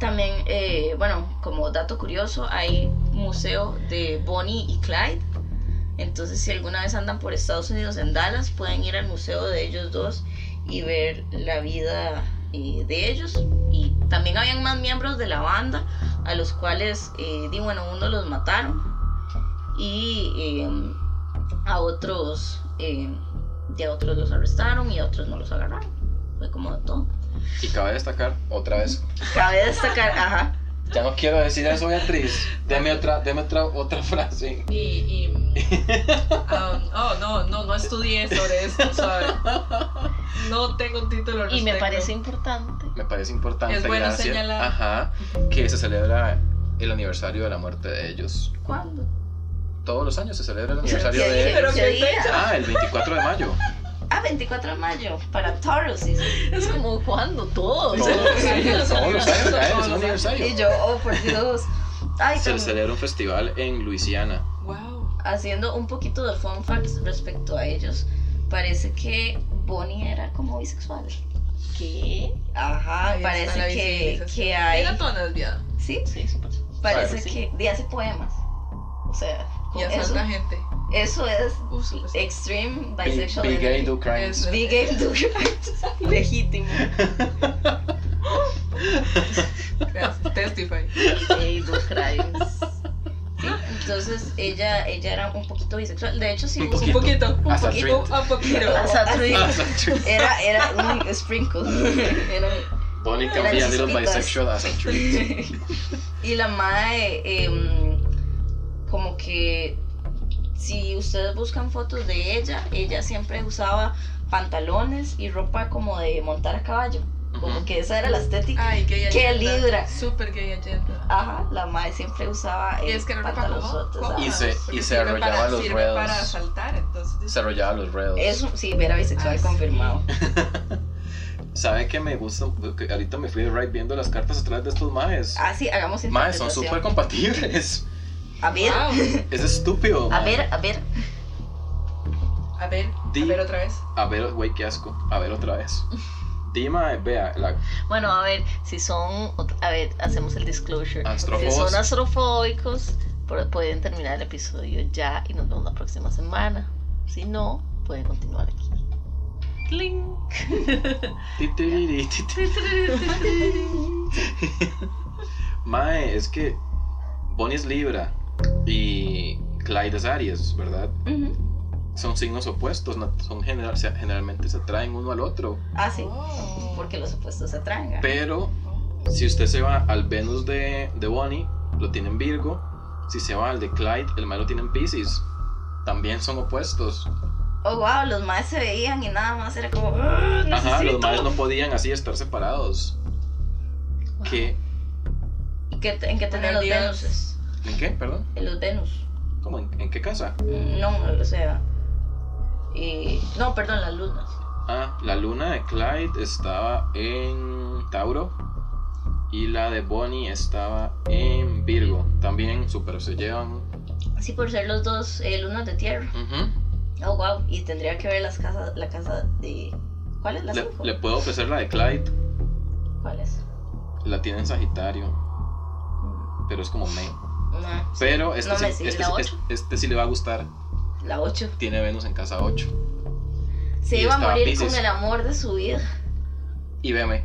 [SPEAKER 2] También, eh, bueno, como dato curioso, hay museo de Bonnie y Clyde. Entonces, si alguna vez andan por Estados Unidos en Dallas, pueden ir al museo de ellos dos y ver la vida eh, de ellos. Y también habían más miembros de la banda, a los cuales, eh, di, bueno, uno los mataron y eh, a otros, eh, de otros los arrestaron y a otros no los agarraron. Fue como de todo.
[SPEAKER 5] Y cabe destacar otra vez.
[SPEAKER 2] Cabe destacar, ajá.
[SPEAKER 5] Ya no quiero decir eso, Beatriz. Deme otra, deme otra, otra frase.
[SPEAKER 4] Y. y um, oh, no, no, no estudié sobre esto, ¿sabes? No tengo un título al
[SPEAKER 3] Y me
[SPEAKER 4] respecto.
[SPEAKER 3] parece importante.
[SPEAKER 5] Me parece importante.
[SPEAKER 4] Es bueno
[SPEAKER 5] gracias.
[SPEAKER 4] señalar.
[SPEAKER 5] Ajá. Que se celebra el aniversario de la muerte de ellos.
[SPEAKER 2] ¿Cuándo?
[SPEAKER 5] Todos los años se celebra el aniversario
[SPEAKER 2] ¿Qué
[SPEAKER 5] de
[SPEAKER 2] dije?
[SPEAKER 4] Pero
[SPEAKER 2] ¿Qué
[SPEAKER 4] qué
[SPEAKER 2] día?
[SPEAKER 4] fecha.
[SPEAKER 5] Ah, el 24 de mayo.
[SPEAKER 2] Ah, 24 de mayo, para Taurus. sí, sí.
[SPEAKER 3] Es como, ¿cuándo? Todos.
[SPEAKER 5] Todos los años. Todos los años
[SPEAKER 4] Todos
[SPEAKER 5] cae, es
[SPEAKER 4] los
[SPEAKER 5] un
[SPEAKER 2] Y
[SPEAKER 4] años.
[SPEAKER 5] aniversario.
[SPEAKER 2] yo, oh, por Dios. Ay,
[SPEAKER 5] Se
[SPEAKER 2] también
[SPEAKER 5] celebra un festival en Luisiana.
[SPEAKER 4] Wow.
[SPEAKER 2] haciendo un poquito de fun facts respecto a ellos, parece que Bonnie era como bisexual.
[SPEAKER 3] ¿Qué?
[SPEAKER 2] Ajá, Ah,
[SPEAKER 4] Ahí está la
[SPEAKER 2] parece que,
[SPEAKER 4] visibilización.
[SPEAKER 2] que hay.
[SPEAKER 4] Era toda lesbiada.
[SPEAKER 2] Sí,
[SPEAKER 3] Sí, súper.
[SPEAKER 2] parece
[SPEAKER 5] sí.
[SPEAKER 2] que de hace poemas. O sea,
[SPEAKER 4] Y
[SPEAKER 2] con
[SPEAKER 4] hacer
[SPEAKER 2] eso,
[SPEAKER 4] la gente.
[SPEAKER 2] eso es
[SPEAKER 4] Uh, súper.
[SPEAKER 2] extreme
[SPEAKER 5] Big,
[SPEAKER 2] bisexual.
[SPEAKER 5] Big Gay
[SPEAKER 2] energy.
[SPEAKER 5] Do Crimes.
[SPEAKER 4] Eso.
[SPEAKER 2] Big gay do crimes. Legítimo.
[SPEAKER 4] Gracias. Testify.
[SPEAKER 3] Ey, dos crimes.
[SPEAKER 2] Entonces ella, ella era un poquito bisexual. De hecho, sí
[SPEAKER 5] Un
[SPEAKER 4] Un
[SPEAKER 5] Poquito.
[SPEAKER 4] poquito, un
[SPEAKER 5] Hasta
[SPEAKER 4] poquito, un poquito.
[SPEAKER 2] Hasta atrás.
[SPEAKER 5] Ah, esa-
[SPEAKER 2] Era, era un sprinkle. Era un-
[SPEAKER 5] Bonnie
[SPEAKER 2] Eran
[SPEAKER 5] cambia Little
[SPEAKER 2] chispitas.
[SPEAKER 5] Bisexual ah, as a Treat.
[SPEAKER 2] y la madre, em, como que si ustedes buscan fotos de ella, ella siempre usaba pantalones y ropa como de montar a caballo. Como
[SPEAKER 5] Ujú.
[SPEAKER 2] que esa era la estética.
[SPEAKER 4] Ay, gay
[SPEAKER 2] Qué
[SPEAKER 4] agenda.
[SPEAKER 2] libra.
[SPEAKER 4] Súper gay agenda.
[SPEAKER 2] Ajá, la madre siempre usaba
[SPEAKER 4] Y
[SPEAKER 2] eh,
[SPEAKER 4] es que era ropa como
[SPEAKER 2] pantalonzotes,
[SPEAKER 4] cómoda,
[SPEAKER 2] ajá.
[SPEAKER 5] Y se-
[SPEAKER 4] porque
[SPEAKER 5] y se
[SPEAKER 4] sirve
[SPEAKER 5] arrollaba
[SPEAKER 4] para-
[SPEAKER 5] los
[SPEAKER 4] sirve
[SPEAKER 5] ruedos.
[SPEAKER 4] para saltar, entonces.
[SPEAKER 5] Se arrollaba los redos.
[SPEAKER 2] Eso sí, era bisexual
[SPEAKER 4] Ah, sí.
[SPEAKER 2] confirmado.
[SPEAKER 5] ¿Sabe que me gusta? Que ahorita me fui de right viendo las cartas atrás de estos maes.
[SPEAKER 2] Ah, sí, hagamos
[SPEAKER 5] Maes son
[SPEAKER 2] interpretación.
[SPEAKER 5] súper compatibles.
[SPEAKER 2] A ver,
[SPEAKER 4] Wow.
[SPEAKER 5] Es estúpido.
[SPEAKER 2] a
[SPEAKER 5] mae.
[SPEAKER 2] ver, a ver.
[SPEAKER 4] A ver,
[SPEAKER 5] Di-
[SPEAKER 4] a ver otra vez.
[SPEAKER 5] A ver, güey, qué asco. A ver otra vez. Dima, vea, la
[SPEAKER 3] Bueno,
[SPEAKER 5] Ah,
[SPEAKER 3] a ver, si son. A ver, hacemos el disclosure. Si
[SPEAKER 5] astrofobos.
[SPEAKER 3] son astrofóbicos, Pero pueden terminar el episodio ya y nos vemos la próxima semana. Si no, pueden continuar aquí. ¡Cling!
[SPEAKER 5] Titiriri, titiriri. Mae, es que Bonnie es Libra y Clyde es Aries, ¿verdad?
[SPEAKER 2] Ujú.
[SPEAKER 5] Son signos opuestos, no- son general- se- generalmente se atraen uno al otro.
[SPEAKER 2] Ah, sí.
[SPEAKER 4] Oh.
[SPEAKER 2] Porque los opuestos se atraen. ajá.
[SPEAKER 5] Pero si usted se va al Venus de, de Bonnie, lo tiene en Virgo. Si se va al de Clyde, el mae lo tiene en Pisces. También son opuestos.
[SPEAKER 2] Oh, wow, los más se veían y nada más era como. "Ah,
[SPEAKER 5] Ajá, los
[SPEAKER 2] necesito".
[SPEAKER 5] maes no podían así estar separados. ¿Qué?
[SPEAKER 2] ¿Y qué, te- ¿En qué tenían
[SPEAKER 4] Bueno,
[SPEAKER 2] los
[SPEAKER 4] Dios.
[SPEAKER 2] Venus?
[SPEAKER 5] ¿En qué? Perdón.
[SPEAKER 2] En los Venus.
[SPEAKER 5] ¿Cómo? ¿En, en qué casa?
[SPEAKER 2] No, o sea. Y, no, perdón, las lunas.
[SPEAKER 5] Ah, la luna de Clyde estaba en Tauro y la de Bonnie estaba en Virgo. También super se llevan.
[SPEAKER 2] Sí, por ser los dos eh, lunas de tierra.
[SPEAKER 5] Ujú.
[SPEAKER 2] Oh, wow. Y tendría que ver las casas, la casa de. ¿Cuál es la
[SPEAKER 5] Le,
[SPEAKER 2] cinco?
[SPEAKER 5] le puedo ofrecer la de Clyde.
[SPEAKER 2] ¿Cuál es?
[SPEAKER 5] La tiene en Sagitario, pero es como me.
[SPEAKER 2] Mm, Nah,
[SPEAKER 5] Pero este,
[SPEAKER 2] No me
[SPEAKER 5] sí-
[SPEAKER 2] sigue
[SPEAKER 5] este,
[SPEAKER 2] la
[SPEAKER 5] sí-
[SPEAKER 2] ocho.
[SPEAKER 5] este- este sí le va a gustar.
[SPEAKER 2] la 8.
[SPEAKER 5] Tiene Venus en casa 8.
[SPEAKER 2] Se
[SPEAKER 5] Y
[SPEAKER 2] iba a
[SPEAKER 5] estaba
[SPEAKER 2] morir
[SPEAKER 5] Piscis.
[SPEAKER 2] con el amor de su vida.
[SPEAKER 5] Y veme.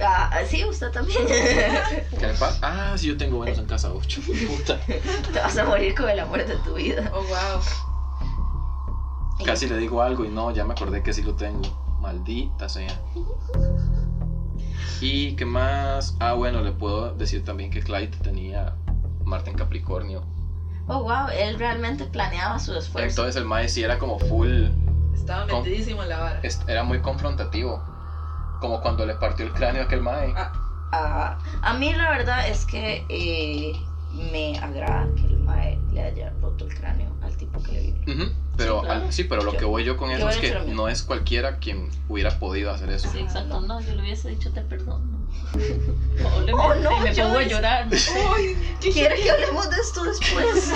[SPEAKER 2] Ah, ah, sí, usted también. Te
[SPEAKER 5] ¿Qué le pasa? Ah, sí, yo tengo Venus en casa 8. Puta.
[SPEAKER 2] vas a morir con el amor de tu vida.
[SPEAKER 4] Oh, wow.
[SPEAKER 5] Casi le digo algo y no, ya me acordé que sí lo tengo. Maldita sea. ¿Y qué más? Ah, bueno, le puedo decir también que Clyde tenía Marte en Capricornio.
[SPEAKER 2] Oh, wow. Él realmente planeaba su esfuerzo.
[SPEAKER 5] Entonces el Mae sí era como full,
[SPEAKER 4] Estaba
[SPEAKER 5] Con-
[SPEAKER 4] metidísimo en la vara.
[SPEAKER 5] es- era muy confrontativo. Como cuando le partió el cráneo a aquel Mae.
[SPEAKER 4] Ah,
[SPEAKER 2] Ajá. a mí la verdad es que eh, me agrada que el mae le haya roto el cráneo al tipo que le vive.
[SPEAKER 5] Ujú, Pero,
[SPEAKER 2] Sí, claro.
[SPEAKER 5] al- sí, pero lo
[SPEAKER 2] Yo-
[SPEAKER 5] que voy yo con
[SPEAKER 2] yo
[SPEAKER 5] eso es
[SPEAKER 2] hubiera
[SPEAKER 5] que
[SPEAKER 2] hecho lo mismo.
[SPEAKER 5] no es cualquiera quien hubiera podido hacer eso.
[SPEAKER 3] Sí, exacto. No, yo le hubiese dicho te perdono. Probablemente
[SPEAKER 2] Oh, no,
[SPEAKER 3] y me
[SPEAKER 2] yo
[SPEAKER 3] pongo a
[SPEAKER 2] es-
[SPEAKER 3] llorar. no sé.
[SPEAKER 2] ¿Quiere que hablemos de esto después?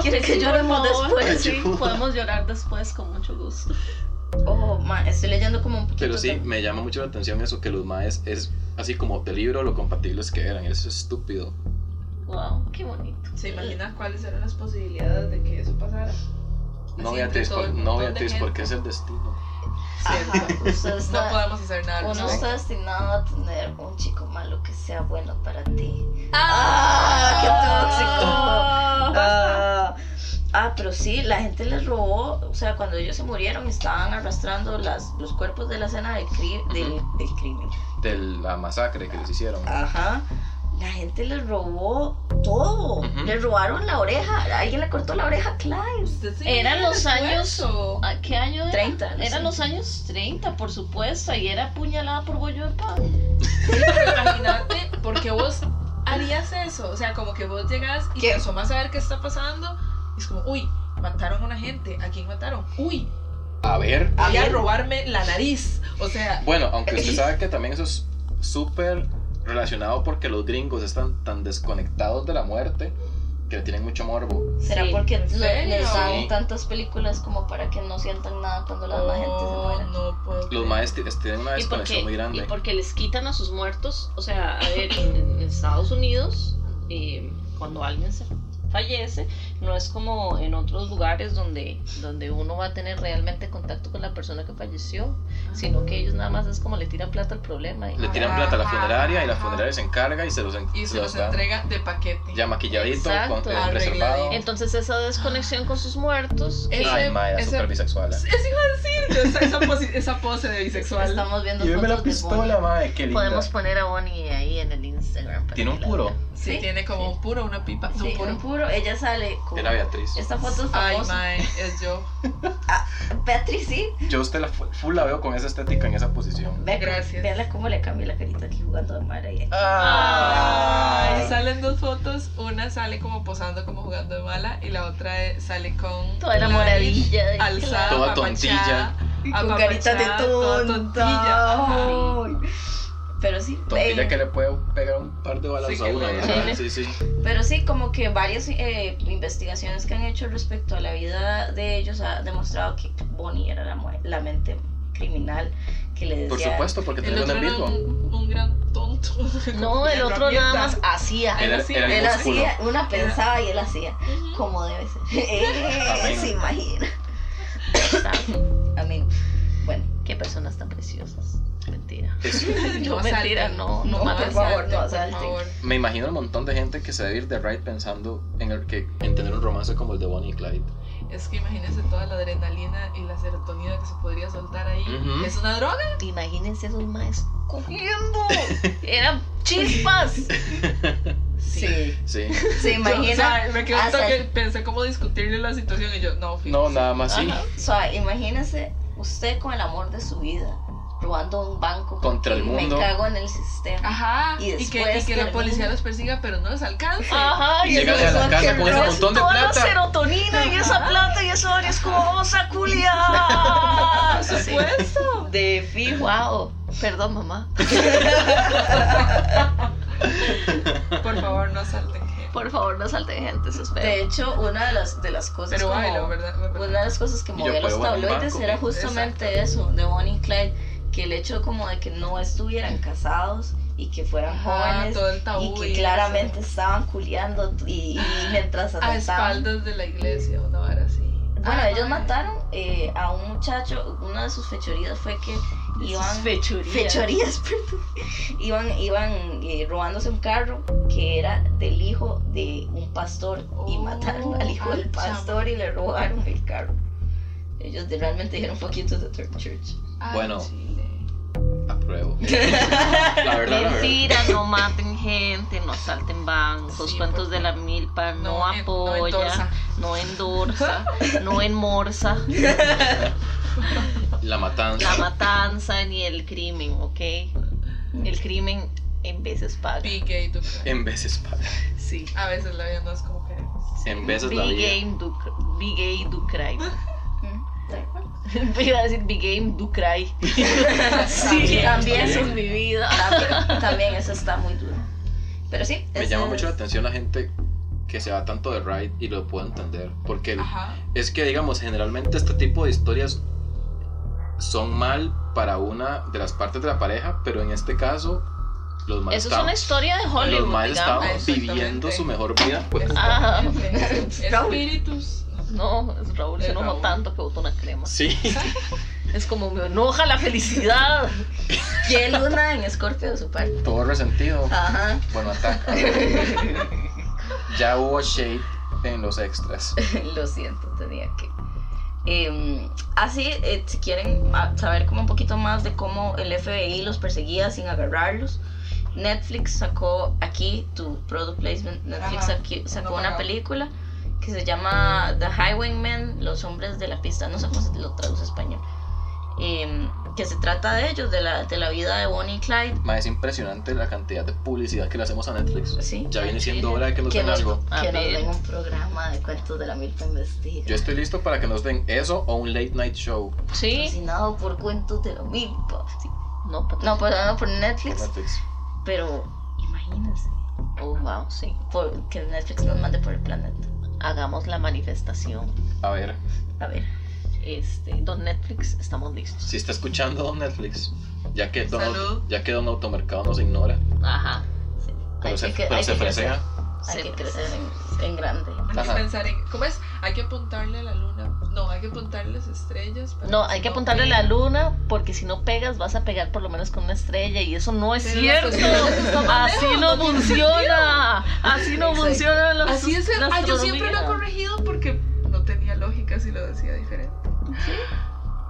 [SPEAKER 2] ¿Quiere que lloremos
[SPEAKER 3] Por favor,
[SPEAKER 2] después?
[SPEAKER 3] Sí, podemos llorar después con mucho gusto.
[SPEAKER 2] Oh, ma, estoy leyendo como un poquito.
[SPEAKER 5] Pero sí,
[SPEAKER 2] de-
[SPEAKER 5] me llama mucho la atención eso que los Maes es así como de libro lo compatibles que eran. Es estúpido.
[SPEAKER 3] Wow, qué bonito.
[SPEAKER 4] ¿Se imaginan cuáles eran las posibilidades de que eso pasara?
[SPEAKER 5] No,
[SPEAKER 4] Así
[SPEAKER 5] Beatriz,
[SPEAKER 4] entre todo
[SPEAKER 5] por-
[SPEAKER 4] el
[SPEAKER 5] no,
[SPEAKER 4] montón de
[SPEAKER 5] Beatriz,
[SPEAKER 4] gente.
[SPEAKER 5] porque es el destino.
[SPEAKER 2] Ajá,
[SPEAKER 4] Cierto.
[SPEAKER 2] usted
[SPEAKER 4] No
[SPEAKER 2] está-
[SPEAKER 4] podemos hacer nada. al
[SPEAKER 2] uno
[SPEAKER 4] respecto.
[SPEAKER 2] está destinado a tener un chico malo que sea bueno para ti. ¡Ah! ¡Qué
[SPEAKER 4] ¡Ah!
[SPEAKER 2] tóxico! Ah, ah, pero sí, la gente les robó. O sea, cuando ellos se murieron, estaban arrastrando las, los cuerpos de la escena del, cri- del, del crimen.
[SPEAKER 5] De la masacre que les hicieron.
[SPEAKER 4] Ah,
[SPEAKER 2] Ajá. La gente les robó todo.
[SPEAKER 5] Ujú.
[SPEAKER 2] Les robaron la oreja. Alguien le cortó la oreja a Clive.
[SPEAKER 4] Usted sí
[SPEAKER 3] Eran
[SPEAKER 4] veía el
[SPEAKER 3] los años-
[SPEAKER 4] esfuerzo.
[SPEAKER 3] ¿A qué año era?
[SPEAKER 2] 30. no sé.
[SPEAKER 3] Eran los años 30, por supuesto, y era apuñalada por bollo de pan.
[SPEAKER 4] Pero imagínate, porque vos harías eso. O sea, como que vos llegas y
[SPEAKER 2] ¿Qué?
[SPEAKER 4] te asomas a ver qué está pasando. Y es como, uy, mataron a una gente. ¿A quién mataron? Uy,
[SPEAKER 5] A ver.
[SPEAKER 2] ¿A
[SPEAKER 4] voy a
[SPEAKER 2] quién?
[SPEAKER 4] robarme la nariz. O sea,
[SPEAKER 5] Bueno, aunque usted sabe que también eso es súper relacionado porque los gringos están tan desconectados de la muerte que le tienen mucho morbo.
[SPEAKER 2] ¿Será
[SPEAKER 3] Sí.
[SPEAKER 2] porque
[SPEAKER 4] ¿En
[SPEAKER 2] lo-
[SPEAKER 4] serio?
[SPEAKER 2] les
[SPEAKER 5] Sí.
[SPEAKER 2] dan tantas películas como para que no sientan nada cuando la demás gente se
[SPEAKER 4] no,
[SPEAKER 2] muera?
[SPEAKER 4] Oh, no puedo.
[SPEAKER 5] Los
[SPEAKER 4] creer.
[SPEAKER 5] maestros tienen una
[SPEAKER 3] Y
[SPEAKER 5] desconexión muy
[SPEAKER 3] porque, y
[SPEAKER 5] grande.
[SPEAKER 3] porque les quitan a sus muertos, o sea, a ver, en, en Estados Unidos, eh, cuando alguien se fallece, no es como en otros lugares donde, donde uno va a tener realmente contacto con la persona que falleció, sino que ellos nada más es como le tiran plata al problema. y-
[SPEAKER 5] Le tiran plata a la funeraria y la funeraria se encarga y se los, en-
[SPEAKER 4] Y se
[SPEAKER 5] se
[SPEAKER 4] los
[SPEAKER 5] dan
[SPEAKER 4] entrega de paquete.
[SPEAKER 5] ya maquilladito,
[SPEAKER 3] Exacto.
[SPEAKER 5] con, eh, reservado.
[SPEAKER 4] Arregladito.
[SPEAKER 3] Entonces esa desconexión con sus muertos
[SPEAKER 4] Eh,
[SPEAKER 5] Ay,
[SPEAKER 4] Ese-
[SPEAKER 5] ma, era
[SPEAKER 4] ese-
[SPEAKER 5] súper bisexual. ¿eh?
[SPEAKER 4] Sí, Eso iba a decir. yo, Esa, esa pose, esa pose de bisexual.
[SPEAKER 2] Estamos viendo
[SPEAKER 5] Y veme la
[SPEAKER 2] fotos de Bonnie.
[SPEAKER 5] pistola, mae, qué linda.
[SPEAKER 3] podemos poner a Bonnie ahí en el Instagram. para
[SPEAKER 5] Tiene
[SPEAKER 3] que
[SPEAKER 5] un
[SPEAKER 3] la
[SPEAKER 5] puro.
[SPEAKER 3] vean.
[SPEAKER 4] Sí,
[SPEAKER 2] Sí.
[SPEAKER 4] tiene como un puro, una pipa.
[SPEAKER 2] Sí, eh,
[SPEAKER 4] un puro.
[SPEAKER 2] un puro. Ella sale con...
[SPEAKER 5] Era Beatriz.
[SPEAKER 2] Esta foto es
[SPEAKER 4] Ay,
[SPEAKER 2] famosa.
[SPEAKER 4] mae, es yo.
[SPEAKER 2] Beatriz, sí.
[SPEAKER 5] Yo a usted la fu- full la veo con esa estética en esa posición.
[SPEAKER 2] Ve-
[SPEAKER 4] Gracias.
[SPEAKER 2] Véanla cómo le cambié la carita aquí jugando a Mara. y-
[SPEAKER 5] Ah,
[SPEAKER 4] Ay, salen dos fotos. Una sale como posando, como jugando de mala. Y la otra eh, sale con.
[SPEAKER 3] Toda
[SPEAKER 4] la
[SPEAKER 3] enamoradilla.
[SPEAKER 4] nariz Alzada.
[SPEAKER 5] Toda
[SPEAKER 4] apapachada,
[SPEAKER 2] y con carita de
[SPEAKER 4] apapachada, toda tontilla.
[SPEAKER 2] tonta. Ay. Pero sí,
[SPEAKER 5] Tontilla
[SPEAKER 2] eh,
[SPEAKER 5] que le puede pegar un par de balas
[SPEAKER 4] Sí,
[SPEAKER 5] a
[SPEAKER 4] que
[SPEAKER 5] una,
[SPEAKER 4] le-
[SPEAKER 5] ¿verdad? Sí, sí.
[SPEAKER 2] pero sí, como que varias eh, investigaciones que han hecho respecto a la vida de ellos ha demostrado que Bonnie era la, mue- la mente criminal que le decía.
[SPEAKER 5] Por supuesto, porque
[SPEAKER 4] El
[SPEAKER 5] tenía
[SPEAKER 4] otro
[SPEAKER 5] el
[SPEAKER 4] era
[SPEAKER 5] mismo.
[SPEAKER 4] un, un gran tonto.
[SPEAKER 3] No, el otro nada más hacía.
[SPEAKER 5] Era,
[SPEAKER 4] así,
[SPEAKER 5] era el
[SPEAKER 2] Él
[SPEAKER 5] músculo.
[SPEAKER 2] hacía, una pensaba y él hacía. Como debe ser. Él
[SPEAKER 5] Amén.
[SPEAKER 2] se imagina. Amén. Bueno,
[SPEAKER 3] Qué personas tan preciosas. Mentira. No,
[SPEAKER 4] No,
[SPEAKER 3] mentira,
[SPEAKER 4] asalten.
[SPEAKER 3] no, no,
[SPEAKER 2] No,
[SPEAKER 3] maten.
[SPEAKER 2] por favor, no
[SPEAKER 4] Por
[SPEAKER 2] asalten.
[SPEAKER 4] favor.
[SPEAKER 5] Me imagino el montón de gente que se debe ir de Ride pensando en, el que, en tener un romance como el de Bonnie y Clyde.
[SPEAKER 4] Es que imagínense toda la adrenalina y la serotonina que se podría soltar ahí.
[SPEAKER 5] Ujú.
[SPEAKER 4] Es una droga.
[SPEAKER 3] Imagínense esos maes cogiendo. Eran chispas.
[SPEAKER 2] sí.
[SPEAKER 5] Sí.
[SPEAKER 2] Se
[SPEAKER 4] Yo, o
[SPEAKER 2] imagina.
[SPEAKER 4] sea, me quedé un
[SPEAKER 2] hasta-
[SPEAKER 4] toque, pensé cómo discutirle la situación y yo, no, fijo.
[SPEAKER 5] No, nada más sí.
[SPEAKER 3] Ajá.
[SPEAKER 2] o sea, imagínese usted con el amor de su vida, robando un banco.
[SPEAKER 5] Contra el
[SPEAKER 2] porque
[SPEAKER 5] mundo.
[SPEAKER 2] Me cago en el sistema.
[SPEAKER 4] Ajá.
[SPEAKER 2] Y
[SPEAKER 4] Y, que,
[SPEAKER 2] después
[SPEAKER 4] y que la
[SPEAKER 2] termina.
[SPEAKER 4] policía los persiga, pero no los alcanza.
[SPEAKER 3] Ajá, y
[SPEAKER 5] Llegas a la casa con ese montón de
[SPEAKER 3] toda la
[SPEAKER 5] plata.
[SPEAKER 3] serotonina y esa plata y eso es como "Oh, osa culia.
[SPEAKER 4] Por supuesto.
[SPEAKER 2] De fijo.
[SPEAKER 3] Wow. Perdón, mamá.
[SPEAKER 4] Por favor, no
[SPEAKER 2] Pues
[SPEAKER 4] salten.
[SPEAKER 3] Por favor, no salte gente, eso espero.
[SPEAKER 2] De hecho, una de las, de las cosas.
[SPEAKER 4] Pero
[SPEAKER 2] como- pues
[SPEAKER 4] bailo, ¿verdad?
[SPEAKER 2] Una de las cosas que
[SPEAKER 5] Y
[SPEAKER 2] movía
[SPEAKER 5] yo
[SPEAKER 2] los
[SPEAKER 5] puedo ver un
[SPEAKER 2] tabloides
[SPEAKER 5] banco.
[SPEAKER 2] era justamente eso, de Bonnie y Clyde, que el hecho como de que no estuvieran casados y que fueran
[SPEAKER 4] Ajá,
[SPEAKER 2] jóvenes
[SPEAKER 4] todo el tabú.
[SPEAKER 2] y que
[SPEAKER 4] eso.
[SPEAKER 2] claramente estaban culiando y, y mientras
[SPEAKER 4] A
[SPEAKER 2] asaltaban.
[SPEAKER 4] espaldas de la iglesia, una vara así.
[SPEAKER 2] Bueno,
[SPEAKER 4] Ah,
[SPEAKER 2] ellos
[SPEAKER 4] madre.
[SPEAKER 2] mataron eh, a un muchacho, una de sus fechorías fue que iban...
[SPEAKER 3] fechurías.
[SPEAKER 2] Fechorías, perdón. Iban, iban eh, robándose un carro que era del hijo de un pastor y
[SPEAKER 4] Oh,
[SPEAKER 2] mataron al hijo del
[SPEAKER 4] chamo.
[SPEAKER 2] pastor y le robaron el carro. Ellos de- realmente dijeron poquito de Third Church.
[SPEAKER 4] Ay,
[SPEAKER 5] Bueno.
[SPEAKER 4] Chile.
[SPEAKER 5] Apruebo. La verdad, la verdad.
[SPEAKER 3] Mentira, no maten gente, no asalten bancos,
[SPEAKER 4] Sí,
[SPEAKER 3] cuentos
[SPEAKER 4] por
[SPEAKER 3] de la milpa, no,
[SPEAKER 4] en- No
[SPEAKER 3] apoya,
[SPEAKER 4] endorsa.
[SPEAKER 3] no endorsa, no enmorza
[SPEAKER 5] La matanza.
[SPEAKER 3] la matanza ni el crimen, ¿ok? El crimen en veces paga.
[SPEAKER 4] Big gay, tú crees.
[SPEAKER 5] En veces paga.
[SPEAKER 3] Sí.
[SPEAKER 4] A veces la vida no es como queremos.
[SPEAKER 5] En veces
[SPEAKER 3] Big
[SPEAKER 5] la vida.
[SPEAKER 3] game do, cr- big gay do cry.
[SPEAKER 2] Mm, Tal cual.
[SPEAKER 3] Iba a decir big game do cry. sí,
[SPEAKER 2] También,
[SPEAKER 3] también
[SPEAKER 5] también.
[SPEAKER 3] eso es mi vida.
[SPEAKER 2] También, también eso está muy duro. Pero sí.
[SPEAKER 5] Me
[SPEAKER 2] ese
[SPEAKER 5] llama
[SPEAKER 2] es-
[SPEAKER 5] mucho la atención la gente que se va tanto de Ride y lo puedo entender. Porque el-
[SPEAKER 4] Ajá.
[SPEAKER 5] es que, digamos, generalmente este tipo de historias son mal para una de las partes de la pareja, pero en este caso, los más
[SPEAKER 3] Eso es una historia de
[SPEAKER 5] los
[SPEAKER 3] Hollywood,
[SPEAKER 5] más
[SPEAKER 3] digamos.
[SPEAKER 5] estaban viviendo su mejor vida. Pues,
[SPEAKER 3] Ah.
[SPEAKER 4] Espíritus.
[SPEAKER 3] No, Raúl se
[SPEAKER 4] El
[SPEAKER 3] enojó
[SPEAKER 4] Raúl.
[SPEAKER 3] tanto que botó una crema.
[SPEAKER 5] sí.
[SPEAKER 3] Es como me enoja la felicidad.
[SPEAKER 2] Qué luna en Scorpio de su parte.
[SPEAKER 5] Todo resentido.
[SPEAKER 2] Ajá.
[SPEAKER 5] Bueno, ataca. ya hubo shade en los extras.
[SPEAKER 2] Lo siento, tenía que. Em, así, eh, si quieren ah, saber como un poquito más de cómo el FBI los perseguía sin agarrarlos, Netflix sacó aquí tu product placement. Netflix
[SPEAKER 4] Ajá,
[SPEAKER 2] aquí- sacó
[SPEAKER 4] no
[SPEAKER 2] una
[SPEAKER 4] pagaba.
[SPEAKER 2] película que se llama The Highwaymen, los hombres de la pista. No sé cómo se lo traduce a español. Em, que se trata de ellos, de la, de la vida de Bonnie y Clyde.
[SPEAKER 5] Ma, es impresionante la cantidad de publicidad que le hacemos a Netflix.
[SPEAKER 2] Sí.
[SPEAKER 5] Ya viene siendo hora de que nos
[SPEAKER 2] Que
[SPEAKER 5] den
[SPEAKER 2] nos,
[SPEAKER 5] algo.
[SPEAKER 2] que nos
[SPEAKER 3] Amén.
[SPEAKER 2] den un programa de cuentos de la milpa investiga.
[SPEAKER 5] Yo estoy listo para que nos den eso o un late night show
[SPEAKER 3] Sí.
[SPEAKER 2] Patrocinado por cuentos de la milpa. Sí.
[SPEAKER 3] No, pues, patrón.
[SPEAKER 2] No, perdón, por
[SPEAKER 5] por
[SPEAKER 2] Netflix,
[SPEAKER 5] Netflix.
[SPEAKER 2] pero imagínense
[SPEAKER 3] Oh, wow, sí.
[SPEAKER 2] por- que Netflix nos mande por el planeta.
[SPEAKER 3] Hagamos la manifestación.
[SPEAKER 5] A ver,
[SPEAKER 2] A ver,
[SPEAKER 3] Este, don Netflix, estamos listos.
[SPEAKER 5] si está escuchando Don Netflix, ya que Don,
[SPEAKER 4] Salud.
[SPEAKER 5] ya que don Automercado nos ignora,
[SPEAKER 3] Ajá.
[SPEAKER 5] pero
[SPEAKER 2] Hay
[SPEAKER 5] se,
[SPEAKER 2] que-
[SPEAKER 5] pero
[SPEAKER 2] hay
[SPEAKER 5] se
[SPEAKER 2] que
[SPEAKER 5] fresea.
[SPEAKER 2] hay
[SPEAKER 3] Se
[SPEAKER 2] que
[SPEAKER 3] presenta.
[SPEAKER 2] crecer en, en grande.
[SPEAKER 4] Hay que
[SPEAKER 5] Ajá.
[SPEAKER 4] pensar en. ¿Cómo es? Hay que apuntarle a la luna. No, hay que apuntarle a las estrellas. para
[SPEAKER 3] No, hay que apuntarle a la luna porque si no pegas vas a pegar por lo menos con una estrella y eso no es
[SPEAKER 4] Pero
[SPEAKER 3] cierto.
[SPEAKER 4] las estrellas están
[SPEAKER 3] Así no funciona. Así no
[SPEAKER 2] Exacto.
[SPEAKER 3] funciona la
[SPEAKER 4] Así es.
[SPEAKER 3] la
[SPEAKER 4] Ah, yo siempre lo he
[SPEAKER 3] astronomía.
[SPEAKER 4] corregido porque no tenía lógica si lo decía diferente.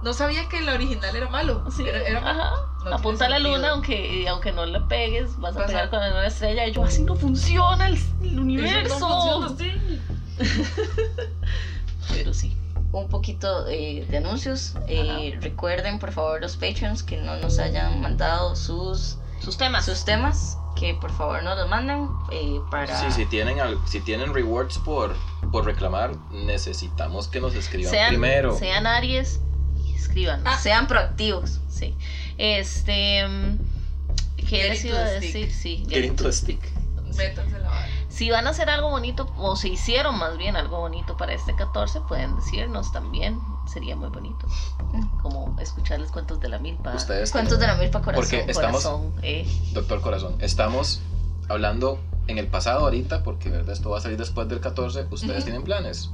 [SPEAKER 4] No sabía que el original era malo.
[SPEAKER 3] Sí,
[SPEAKER 4] Era, era malo.
[SPEAKER 3] ajá.
[SPEAKER 4] No tiene
[SPEAKER 3] Apunta a la
[SPEAKER 4] sentido.
[SPEAKER 3] luna, aunque, aunque no la pegues, vas a
[SPEAKER 4] Vas a-
[SPEAKER 3] pegar con una estrella. Y yo, así no funciona el, el universo.
[SPEAKER 4] Eso no funciona así.
[SPEAKER 3] Pero sí.
[SPEAKER 2] Un poquito eh, de anuncios. Eh, recuerden, por favor, los patrons que no nos hayan mandado sus,
[SPEAKER 3] Sus temas.
[SPEAKER 2] sus temas, que por favor nos los manden eh, para.
[SPEAKER 5] Sí, si tienen, al- si tienen rewards por, por reclamar, necesitamos que nos escriban
[SPEAKER 3] sean,
[SPEAKER 5] primero.
[SPEAKER 3] sean Aries y escríbanos.
[SPEAKER 2] Sean proactivos.
[SPEAKER 3] Sí. Este. mm, ¿Qué
[SPEAKER 4] Get
[SPEAKER 3] les
[SPEAKER 4] into
[SPEAKER 3] iba a
[SPEAKER 4] the stick.
[SPEAKER 3] decir? Sí. get
[SPEAKER 5] Get
[SPEAKER 3] into
[SPEAKER 5] into
[SPEAKER 3] the
[SPEAKER 5] the stick.
[SPEAKER 4] Métanse la vara.
[SPEAKER 3] Si van a hacer algo bonito, o se hicieron más bien algo bonito para este 14, pueden decirnos también. sería muy bonito. Como escuchar los cuentos de la milpa.
[SPEAKER 5] Ustedes,
[SPEAKER 2] Cuentos de la milpa corazón.
[SPEAKER 5] Porque estamos-
[SPEAKER 2] corazón, eh.
[SPEAKER 5] doctor Corazón, estamos hablando en el pasado ahorita, porque verdad esto va a salir después del 14. ¿Ustedes
[SPEAKER 2] Ujú.
[SPEAKER 5] tienen planes?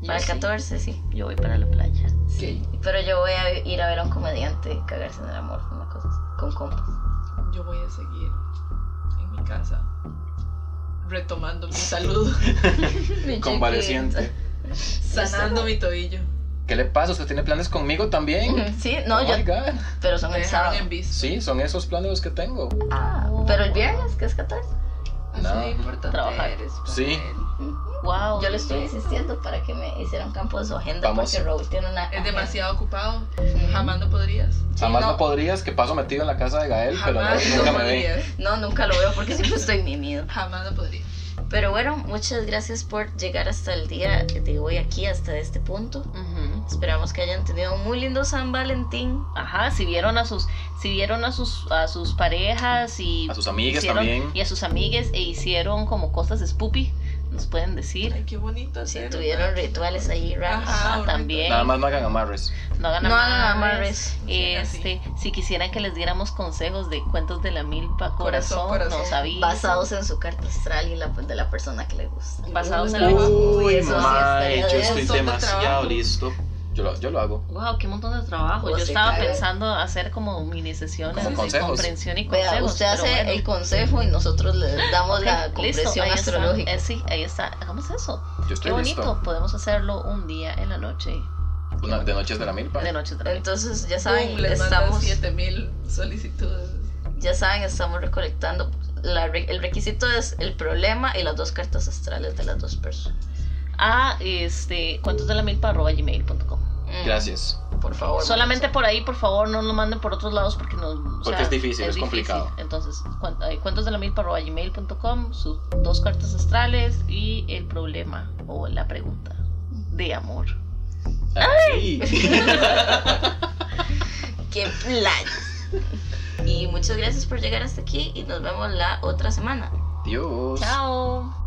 [SPEAKER 3] Yo
[SPEAKER 2] Para el
[SPEAKER 3] sí,
[SPEAKER 2] 14, sí.
[SPEAKER 3] yo voy para la playa.
[SPEAKER 4] Sí.
[SPEAKER 2] Pero yo voy a ir a ver a un comediante y cagarse en el amor, una cosa así, con compas.
[SPEAKER 4] Yo voy a seguir en mi casa retomando mi salud,
[SPEAKER 5] Convaleciente.
[SPEAKER 4] sanando mi tobillo.
[SPEAKER 5] ¿Qué le pasa? ¿Usted tiene planes conmigo también?
[SPEAKER 2] Sí, no,
[SPEAKER 5] Oh
[SPEAKER 2] yo.
[SPEAKER 5] my God.
[SPEAKER 2] Pero son
[SPEAKER 4] Me
[SPEAKER 2] el
[SPEAKER 4] dejaron
[SPEAKER 2] sábado.
[SPEAKER 4] en visto.
[SPEAKER 5] Sí, son esos planes los que tengo.
[SPEAKER 2] Ah, pero el viernes, que es 14.
[SPEAKER 5] No.
[SPEAKER 4] importante
[SPEAKER 3] Trabajar.
[SPEAKER 4] Ah, eres,
[SPEAKER 5] Sí.
[SPEAKER 4] papel.
[SPEAKER 3] Wow.
[SPEAKER 2] Yo le estoy insistiendo para que me hicieran campo de su agenda
[SPEAKER 5] Vamos.
[SPEAKER 2] porque Raúl tiene una.
[SPEAKER 4] Es demasiado ocupado.
[SPEAKER 2] Ujú.
[SPEAKER 4] Jamás no podrías.
[SPEAKER 2] Sí,
[SPEAKER 5] Jamás
[SPEAKER 2] no.
[SPEAKER 5] no. podrías que paso metido en la casa de Gael, pero
[SPEAKER 4] Jamás
[SPEAKER 5] no,
[SPEAKER 4] no,
[SPEAKER 5] nunca me ve.
[SPEAKER 4] podrías.
[SPEAKER 2] No, nunca lo veo porque siempre estoy mimido.
[SPEAKER 4] Jamás no podrías.
[SPEAKER 2] Pero bueno, muchas gracias por llegar hasta el día de hoy aquí, hasta este punto.
[SPEAKER 3] Ujú.
[SPEAKER 2] Esperamos que hayan tenido un muy lindo San Valentín.
[SPEAKER 3] Ajá, si vieron a sus, si vieron a sus, a sus parejas y
[SPEAKER 5] A sus amigas
[SPEAKER 3] hicieron-
[SPEAKER 5] también.
[SPEAKER 3] y a sus amigues e hicieron como cosas spoopy, nos pueden decir.
[SPEAKER 4] Ay, qué bonito.
[SPEAKER 2] Si
[SPEAKER 4] hacer,
[SPEAKER 2] tuvieron
[SPEAKER 4] ¿verdad?
[SPEAKER 2] rituales ahí raros.
[SPEAKER 4] Ajá,
[SPEAKER 3] Ah,
[SPEAKER 4] un
[SPEAKER 3] también.
[SPEAKER 5] Nada más no hagan amarres.
[SPEAKER 3] No hagan
[SPEAKER 2] No hagan
[SPEAKER 3] amarres.
[SPEAKER 2] amarres.
[SPEAKER 3] Este, si quisieran que les diéramos consejos de cuentos de la milpa, corazón,
[SPEAKER 4] Corazón, corazón.
[SPEAKER 3] nos avisen.
[SPEAKER 2] Basados en su carta astral y la de la persona que le gusta.
[SPEAKER 3] Basados en
[SPEAKER 4] Uy,
[SPEAKER 3] la
[SPEAKER 2] Uy, eso sí
[SPEAKER 5] mae,
[SPEAKER 2] estaría
[SPEAKER 5] yo
[SPEAKER 2] de
[SPEAKER 5] estoy
[SPEAKER 4] eso, otro
[SPEAKER 5] demasiado
[SPEAKER 4] trabajo.
[SPEAKER 5] listo. Yo lo, yo lo hago.
[SPEAKER 3] Wow, qué montón de trabajo.
[SPEAKER 2] Vos
[SPEAKER 3] Yo
[SPEAKER 2] se
[SPEAKER 3] estaba
[SPEAKER 2] cagan.
[SPEAKER 3] pensando hacer como mini sesiones
[SPEAKER 5] Como
[SPEAKER 3] de
[SPEAKER 5] consejos.
[SPEAKER 3] comprensión y consejos.
[SPEAKER 2] Vea, usted hace
[SPEAKER 3] pero bueno.
[SPEAKER 2] el consejo y nosotros le damos la
[SPEAKER 3] Ok, listo,
[SPEAKER 2] comprensión
[SPEAKER 3] ahí está.
[SPEAKER 2] astrológica.
[SPEAKER 3] Eh, sí, ahí está. Hagamos eso.
[SPEAKER 5] Yo
[SPEAKER 3] Qué
[SPEAKER 5] estoy
[SPEAKER 3] bonito.
[SPEAKER 5] listo.
[SPEAKER 3] Podemos hacerlo un día en la noche,
[SPEAKER 5] Una, de noches de la milpa.
[SPEAKER 3] de noche también.
[SPEAKER 2] Entonces, ya
[SPEAKER 4] Boom,
[SPEAKER 2] saben,
[SPEAKER 4] les mandan
[SPEAKER 2] estamos,
[SPEAKER 4] 7000 solicitudes.
[SPEAKER 2] ya saben, estamos recolectando. pues, la re- el requisito es el problema y las dos cartas astrales de las dos personas.
[SPEAKER 3] A este, cuentos de la milpa arroba gmail.com.
[SPEAKER 2] Mm,
[SPEAKER 5] Gracias.
[SPEAKER 2] Por favor.
[SPEAKER 3] Solamente por ahí, por favor, no nos manden por otros lados porque nos. o
[SPEAKER 5] Porque
[SPEAKER 3] sea,
[SPEAKER 5] es difícil, es complicado.
[SPEAKER 3] Entonces, cuen- eh, cuentos de la milpa arroba gmail.com, sus dos cartas astrales y el problema o la pregunta de amor.
[SPEAKER 5] Ay.
[SPEAKER 2] ¡Qué plan! y muchas gracias por llegar hasta aquí y nos vemos la otra semana.
[SPEAKER 5] Dios.
[SPEAKER 3] Chao.